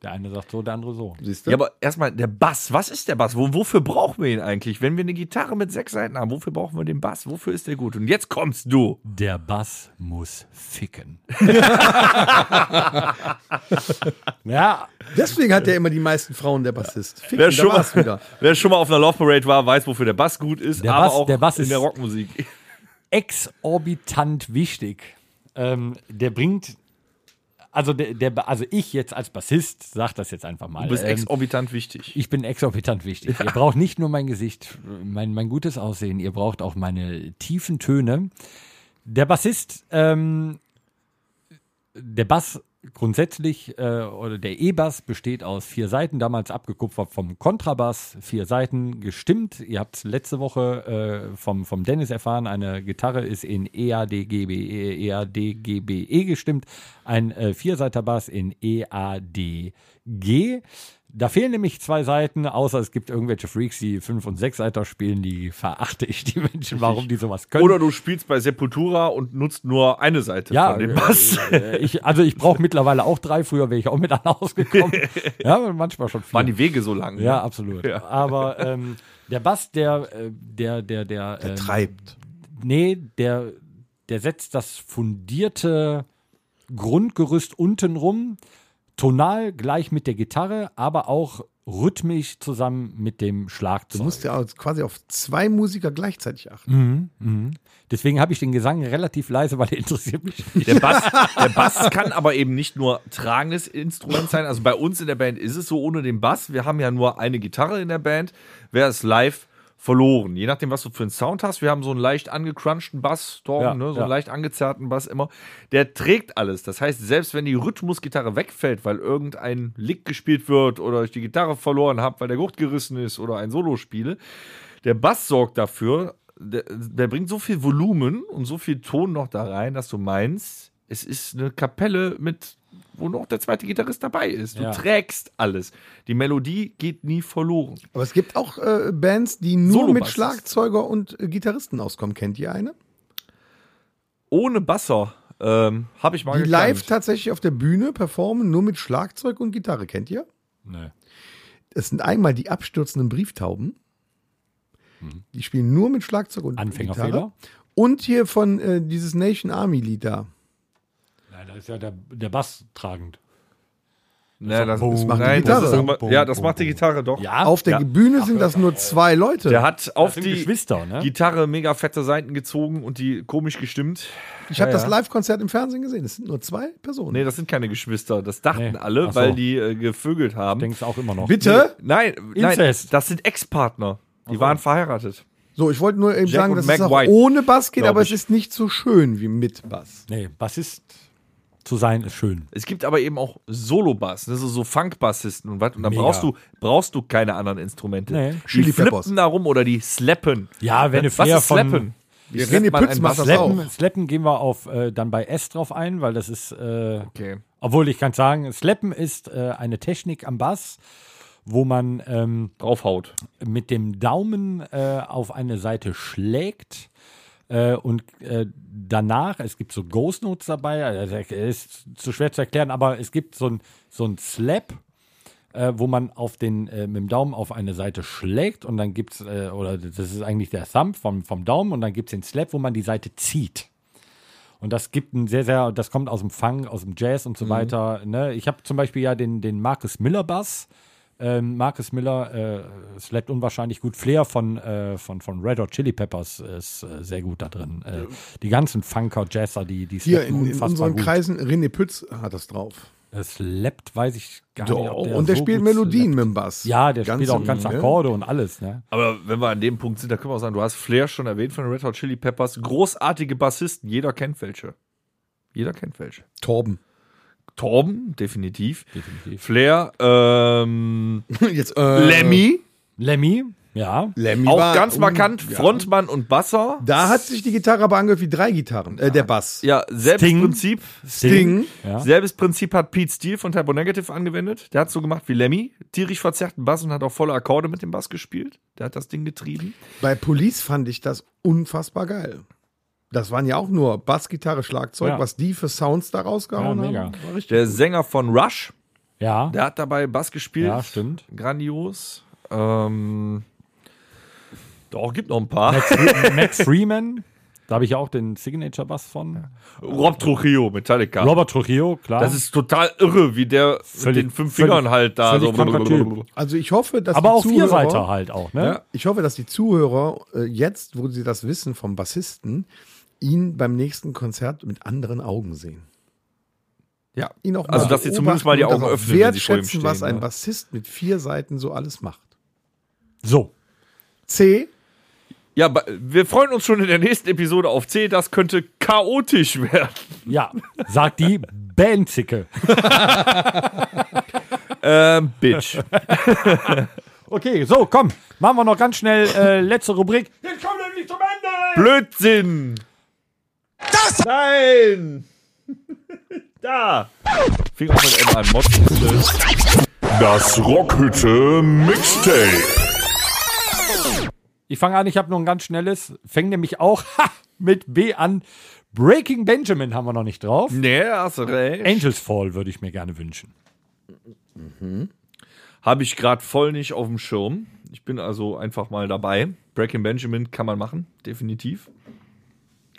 B: Der eine sagt so, der andere so.
D: Siehst du?
C: Ja, aber erstmal, der Bass, was ist der Bass? Wo, wofür brauchen wir ihn eigentlich? Wenn wir eine Gitarre mit sechs Seiten haben, wofür brauchen wir den Bass? Wofür ist der gut? Und jetzt kommst du.
B: Der Bass muss ficken. ja,
D: Deswegen hat er immer die meisten Frauen, der Bassist. Fick,
C: Wer
D: ihn, da
C: schon, mal,
D: war's wieder.
C: wer schon mal auf einer Love Parade war, weiß, wofür der Bass gut ist,
B: Der
C: aber
B: Bass-
C: auch
B: der Bass
C: in
B: ist-
C: der Rockmusik.
B: exorbitant wichtig. Ähm, der bringt, also der, der, also ich jetzt als Bassist sag das jetzt einfach mal.
C: Du bist
B: ähm,
C: exorbitant wichtig.
B: ich bin exorbitant wichtig. Ihr braucht nicht nur mein Gesicht, mein, mein gutes Aussehen, ihr braucht auch meine tiefen Töne. Der Bassist, ähm, der Bass grundsätzlich äh, oder der E-Bass besteht aus vier Seiten, damals abgekupfert vom Kontrabass, vier Seiten gestimmt. Ihr habt letzte Woche äh, vom, vom Dennis erfahren, eine Gitarre ist in E EADGBE, EADGBE E gestimmt, ein äh, Vierseiter Bass in E EADG. Da fehlen nämlich zwei Seiten, außer es gibt irgendwelche Freaks, die Fünf- und Sechsseiter spielen, die verachte ich, die Menschen, warum die sowas können.
C: Oder du spielst bei Sepultura und nutzt nur eine Seite
B: Ja,
C: von dem
B: äh,
C: Bass.
B: Äh, ich, also ich brauche mittlerweile auch drei, früher wäre ich auch mit einer ausgekommen. ja, manchmal schon vier.
C: Waren die Wege so lang?
B: ja,
C: ne?
B: absolut.
C: Ja.
B: Aber ähm, der Bass, der, äh, der, der, der, ähm,
D: Treibt.
B: nee, der, der setzt das fundierte Grundgerüst unten rum, tonal gleich mit der Gitarre, aber auch rhythmisch zusammen mit dem Schlagzeug.
D: Du musst ja auch quasi auf zwei Musiker gleichzeitig achten.
B: Deswegen habe ich den Gesang relativ leise, weil der interessiert mich nicht.
C: Der Bass, der Bass kann aber eben nicht nur tragendes Instrument sein. Also bei uns in der Band ist es so ohne den Bass. Wir haben ja nur eine Gitarre in der Band. Wäre es live verloren. Je nachdem, was du für einen Sound hast. Wir haben so einen leicht angecrunchten Bass, Torben,
B: Ja,
C: ne? so
B: ja.
C: einen leicht angezerrten Bass immer. Der trägt alles. Das heißt, selbst wenn die Rhythmusgitarre wegfällt, weil irgendein Lick gespielt wird oder ich die Gitarre verloren habe, weil der Gurt gerissen ist oder ein Solo spiele, der Bass sorgt dafür, der, der bringt so viel Volumen und so viel Ton noch da rein, dass du meinst, es ist eine Kapelle mit wo noch der zweite Gitarrist dabei ist. Du
B: Ja.
C: trägst alles. Die Melodie geht nie verloren.
D: Aber es gibt auch äh, Bands, die nur mit
C: Solo-Bassist.
D: Schlagzeuger und äh, Gitarristen auskommen. Kennt ihr eine?
C: Ohne Basser ähm, habe ich mal
D: Die
C: gekannt.
D: live tatsächlich auf der Bühne performen, nur mit Schlagzeug und Gitarre. Kennt ihr?
B: Nee.
D: Es sind einmal die abstürzenden Brieftauben.
C: Mhm.
D: Die spielen nur mit Schlagzeug und Gitarre.
B: Anfängerfehler?
D: Und hier von äh, dieses Nation Army Lied da.
B: Nein, da ist ja der, der Bass tragend.
C: Nee, das,
B: Boom,
C: das
D: macht die
C: nein, das ist
D: Gitarre.
C: aber,
B: Boom,
C: ja, das
B: boom,
C: macht die
B: boom.
C: Gitarre doch.
B: Ja,
D: Auf der
C: Ah, ja.
D: Bühne sind das nur zwei Leute.
C: Der hat auf
B: sind
C: die
B: Geschwister, ne?
C: Gitarre mega fette Seiten gezogen und die komisch gestimmt.
D: ich habe
C: Ja,
D: das
C: ja.
D: Live-Konzert im Fernsehen gesehen. Es sind nur zwei Personen.
C: Nee, das sind keine Geschwister. Das dachten
B: Nee.
C: alle,
B: Ach so.
C: weil die äh, gevögelt haben.
B: denkst auch immer noch.
D: Bitte?
C: Nein, nein,
B: Inzest.
C: das sind Ex-Partner. Die waren verheiratet.
D: So, ich wollte nur eben
C: Jack
D: sagen,
C: und
D: dass
C: Meg
D: es auch
C: White,
D: ohne Bass geht,
C: glaub
D: aber es
C: ich.
D: ist nicht so schön wie mit Bass.
B: Nee, Bassist zu sein ist schön.
C: Es gibt aber eben auch Solo-Bass, ne? so, so Funk-Bassisten und was. Und dann
B: Mega.
C: brauchst du, brauchst du keine anderen Instrumente.
B: Nee.
C: Die
D: Chili Peppers.
C: flippen da rum oder die slappen.
B: Ja, wenn du
C: was
B: Flair
C: ist
B: von-
C: slappen? Wie
D: René
C: slappt man
D: Pütz
C: einen
D: macht
C: Bass?
D: das auch.
B: Slappen, Slappen gehen wir auf äh, dann bei S drauf ein, weil das ist, äh,
C: Okay.
B: obwohl ich kann sagen, Slappen ist äh, eine Technik am Bass, wo man ähm,
C: Draufhaut.
B: mit dem Daumen äh, auf eine Seite schlägt äh, und äh, danach, es gibt so Ghost Notes dabei, also, äh, ist zu schwer zu erklären, aber es gibt so ein, so ein Slap, äh, wo man auf den, äh, mit dem Daumen auf eine Seite schlägt und dann gibt's, äh, oder das ist eigentlich der Thumb vom, vom Daumen und dann gibt's den Slap, wo man die Seite zieht. Und das gibt ein sehr, sehr, das kommt aus dem Funk, aus dem Jazz und so
D: Mhm.
B: weiter. Ne? Ich habe zum Beispiel ja den, den Marcus Miller Bass. Ähm, Marcus Miller äh, slappt unwahrscheinlich gut. Flair von, äh, von, von Red Hot Chili Peppers ist äh, sehr gut da drin. Äh, die ganzen Funker, Jazzer, die, die
D: Hier
B: slappen
D: in, in unseren Kreisen, René Pütz hat das drauf.
B: Es slappt, weiß ich gar nicht. ob
D: und der
B: so
D: spielt
B: gut
D: Melodien
B: slappt.
D: mit dem Bass.
B: Ja, der spielt auch
D: im,
B: ganz
D: ne?
B: Akkorde und alles. Ne?
C: Aber wenn wir an dem Punkt sind, da können wir auch sagen, du hast Flair schon erwähnt von den Red Hot Chili Peppers. Großartige Bassisten, jeder kennt welche. Jeder kennt welche.
D: Torben.
C: Torben, definitiv. Flair, ähm,
D: Jetzt, äh,
C: Lemmy,
B: Lemmy, ja.
D: Lemmy
C: auch
D: war-
C: ganz
D: oh,
C: markant,
D: ja.
C: Frontmann und Basser.
D: Da hat sich die Gitarre aber angehört wie drei Gitarren. Äh, der Bass.
C: Ja, selbes
B: Sting.
C: Prinzip.
D: Sting.
B: Ja.
C: Selbes Prinzip hat Pete Steele von Typo Negative angewendet. Der hat so gemacht wie Lemmy, tierisch verzerrten Bass und hat auch volle Akkorde mit dem Bass gespielt. Der hat das Ding getrieben.
D: Bei Police fand ich das unfassbar geil. Das waren ja auch nur Bass, Gitarre, Schlagzeug,
B: Ja.
D: was die für Sounds da rausgehauen
B: Ja, mega.
D: haben. War richtig.
C: Der Sänger von Rush,
B: Ja,
C: der hat dabei Bass gespielt.
B: ja, stimmt.
C: Grandios. Ähm, doch, gibt noch ein paar.
B: Max Freeman, da habe ich ja auch den Signature-Bass von.
C: Rob Trujillo, Metallica.
B: Robert Trujillo, klar.
C: das ist total irre, wie der
B: Völlig-
C: mit den fünf Fingern
B: völlig-
C: halt da
B: völlig kranker
C: so.
B: Typ.
D: Also ich hoffe, dass
B: aber
D: die
B: auch
D: Zuhörer,
B: Vierseiter halt auch, ne?
D: Ja, ich hoffe, dass die Zuhörer äh, jetzt, wo sie das wissen vom Bassisten, ihn beim nächsten Konzert mit anderen Augen sehen.
C: Ja.
D: Ihn auch
C: Also, dass sie zumindest mal die
D: beobachten und
C: Augen
D: das auch
C: öffnen, wenn sie vor ihm
D: wertschätzen, was
C: stehen, ne?
D: ein
C: ja.
D: Bassist mit vier Seiten so alles macht.
B: So.
D: C.
C: Ja, aber wir freuen uns schon in der nächsten Episode auf C. Das könnte chaotisch werden.
B: Ja, sagt die Bandzicke.
C: Ähm, Bitch.
B: Okay, so, komm, machen wir noch ganz schnell äh, letzte Rubrik. Jetzt kommt nämlich zum Ende!
C: Blödsinn. Das. Nein. da. Fing auch mit M an. Mods.
A: Das Rockhütte Mixtape.
B: Ich fange an, ich habe noch ein ganz schnelles. Fängt nämlich auch ha, mit B an. Breaking Benjamin haben wir noch nicht drauf.
C: Nee, hast du recht.
B: Angels Fall würde ich mir gerne wünschen.
C: Habe ich gerade voll nicht auf dem Schirm. Ich bin also einfach mal dabei. Breaking Benjamin kann man machen, definitiv.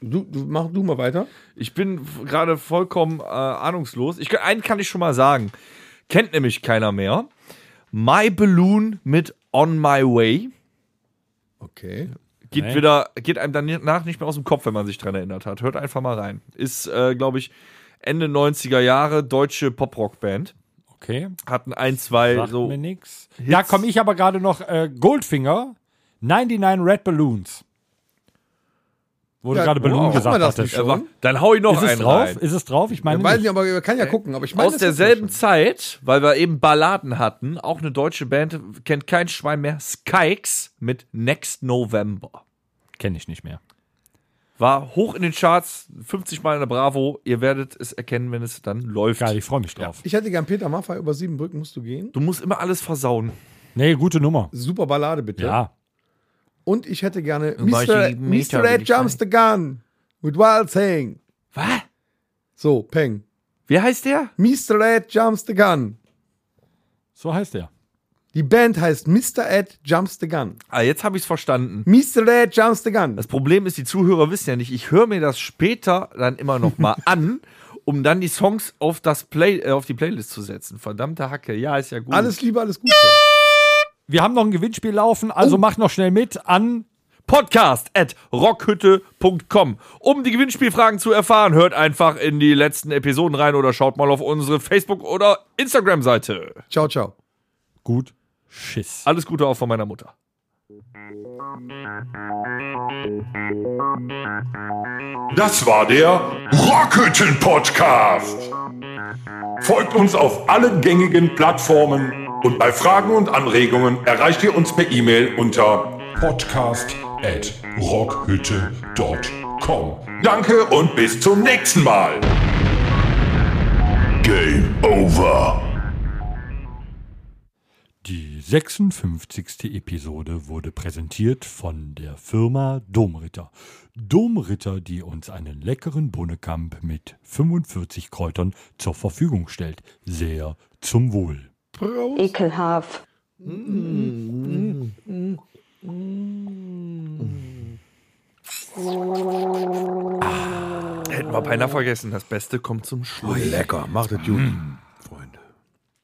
D: Du, du, mach du mal weiter.
C: Ich bin f- gerade vollkommen äh, ahnungslos. Ich, einen kann ich schon mal sagen. Kennt nämlich keiner mehr. My Balloon mit On My Way.
D: Okay.
C: Geht,
B: Nee.
C: wieder, geht einem danach nicht mehr aus dem Kopf, wenn man sich dran erinnert hat. Hört einfach mal rein. Ist, äh, glaube ich, Ende 90er Jahre deutsche Pop-Rock-Band.
B: Okay,
C: Hatten ein,
D: Äh,
C: zwei
B: sagt
C: so.
B: mir nix. Da komme ich aber gerade noch äh, Goldfinger, 99 Red Balloons. Wo
D: Ja,
B: du gerade
D: wow.
B: Balloon
D: Hat man
B: gesagt
D: das
B: hattest.
D: nicht
C: Äh, wa- Dann hau ich noch
B: Ist es
C: einen
B: drauf?
C: rein.
B: Ist es drauf? Ich meine,
D: Weiß
B: nicht.
D: nicht, aber man kann ja gucken. Aber ich meine,
C: Aus
D: das ist
C: derselben
D: schon.
C: Zeit, weil wir eben Balladen hatten, auch eine deutsche Band, kennt kein Schwein mehr, Skykes mit Next November.
B: kenne ich nicht mehr.
C: War hoch in den Charts, 50 Mal in der Bravo. Ihr werdet es erkennen, wenn es dann läuft.
B: Geil, ich freue mich drauf.
D: Ich hätte gern Peter Maffay über sieben Brücken musst du gehen.
C: Du musst immer alles versauen.
B: Nee, gute Nummer.
D: Super Ballade bitte.
B: Ja.
D: Und ich hätte gerne
C: Über
D: Mr.
C: sieben Meter
D: Mr.
C: will
D: Ed
C: ich
D: Jumps the Gun with Wild Thing.
C: Was?
D: So, Peng.
C: Wie heißt der?
D: Mr. Ed Jumps the Gun.
B: So heißt er.
D: Die Band heißt Mr. Ed Jumps the Gun.
C: Ah, jetzt habe ich es verstanden.
D: Mr. Ed Jumps the Gun.
C: Das Problem ist, die Zuhörer wissen ja nicht, ich höre mir das später dann immer noch mal an, um dann die Songs auf, das Play, äh, auf die Playlist zu setzen. Verdammte Hacke. Ja, ist ja gut.
D: Alles Liebe, alles Gute.
B: Wir haben noch ein Gewinnspiel laufen, also
D: Oh.
B: mach noch schnell mit an.
C: podcast at rockhütte.com. Um die Gewinnspielfragen zu erfahren, hört einfach in die letzten Episoden rein oder schaut mal auf unsere Facebook- oder Instagram-Seite.
D: Ciao, ciao.
B: Gut. Schiss.
C: Alles Gute auch von meiner Mutter.
A: Das war der Rockhütten Podcast. Folgt uns auf allen gängigen Plattformen und bei Fragen und Anregungen erreicht ihr uns per E-Mail unter podcast at rockhütte.com. Danke und bis zum nächsten Mal. Game over.
B: Diese 56. Episode wurde präsentiert von der Firma Domritter. Domritter, die uns einen leckeren Bunnekamp mit 45 Kräutern zur Verfügung stellt. Sehr zum Wohl.
F: Ekelhaft.
C: Hätten wir beinahe vergessen, das Beste kommt zum Schluss. Oh,
D: Lecker, macht das gut.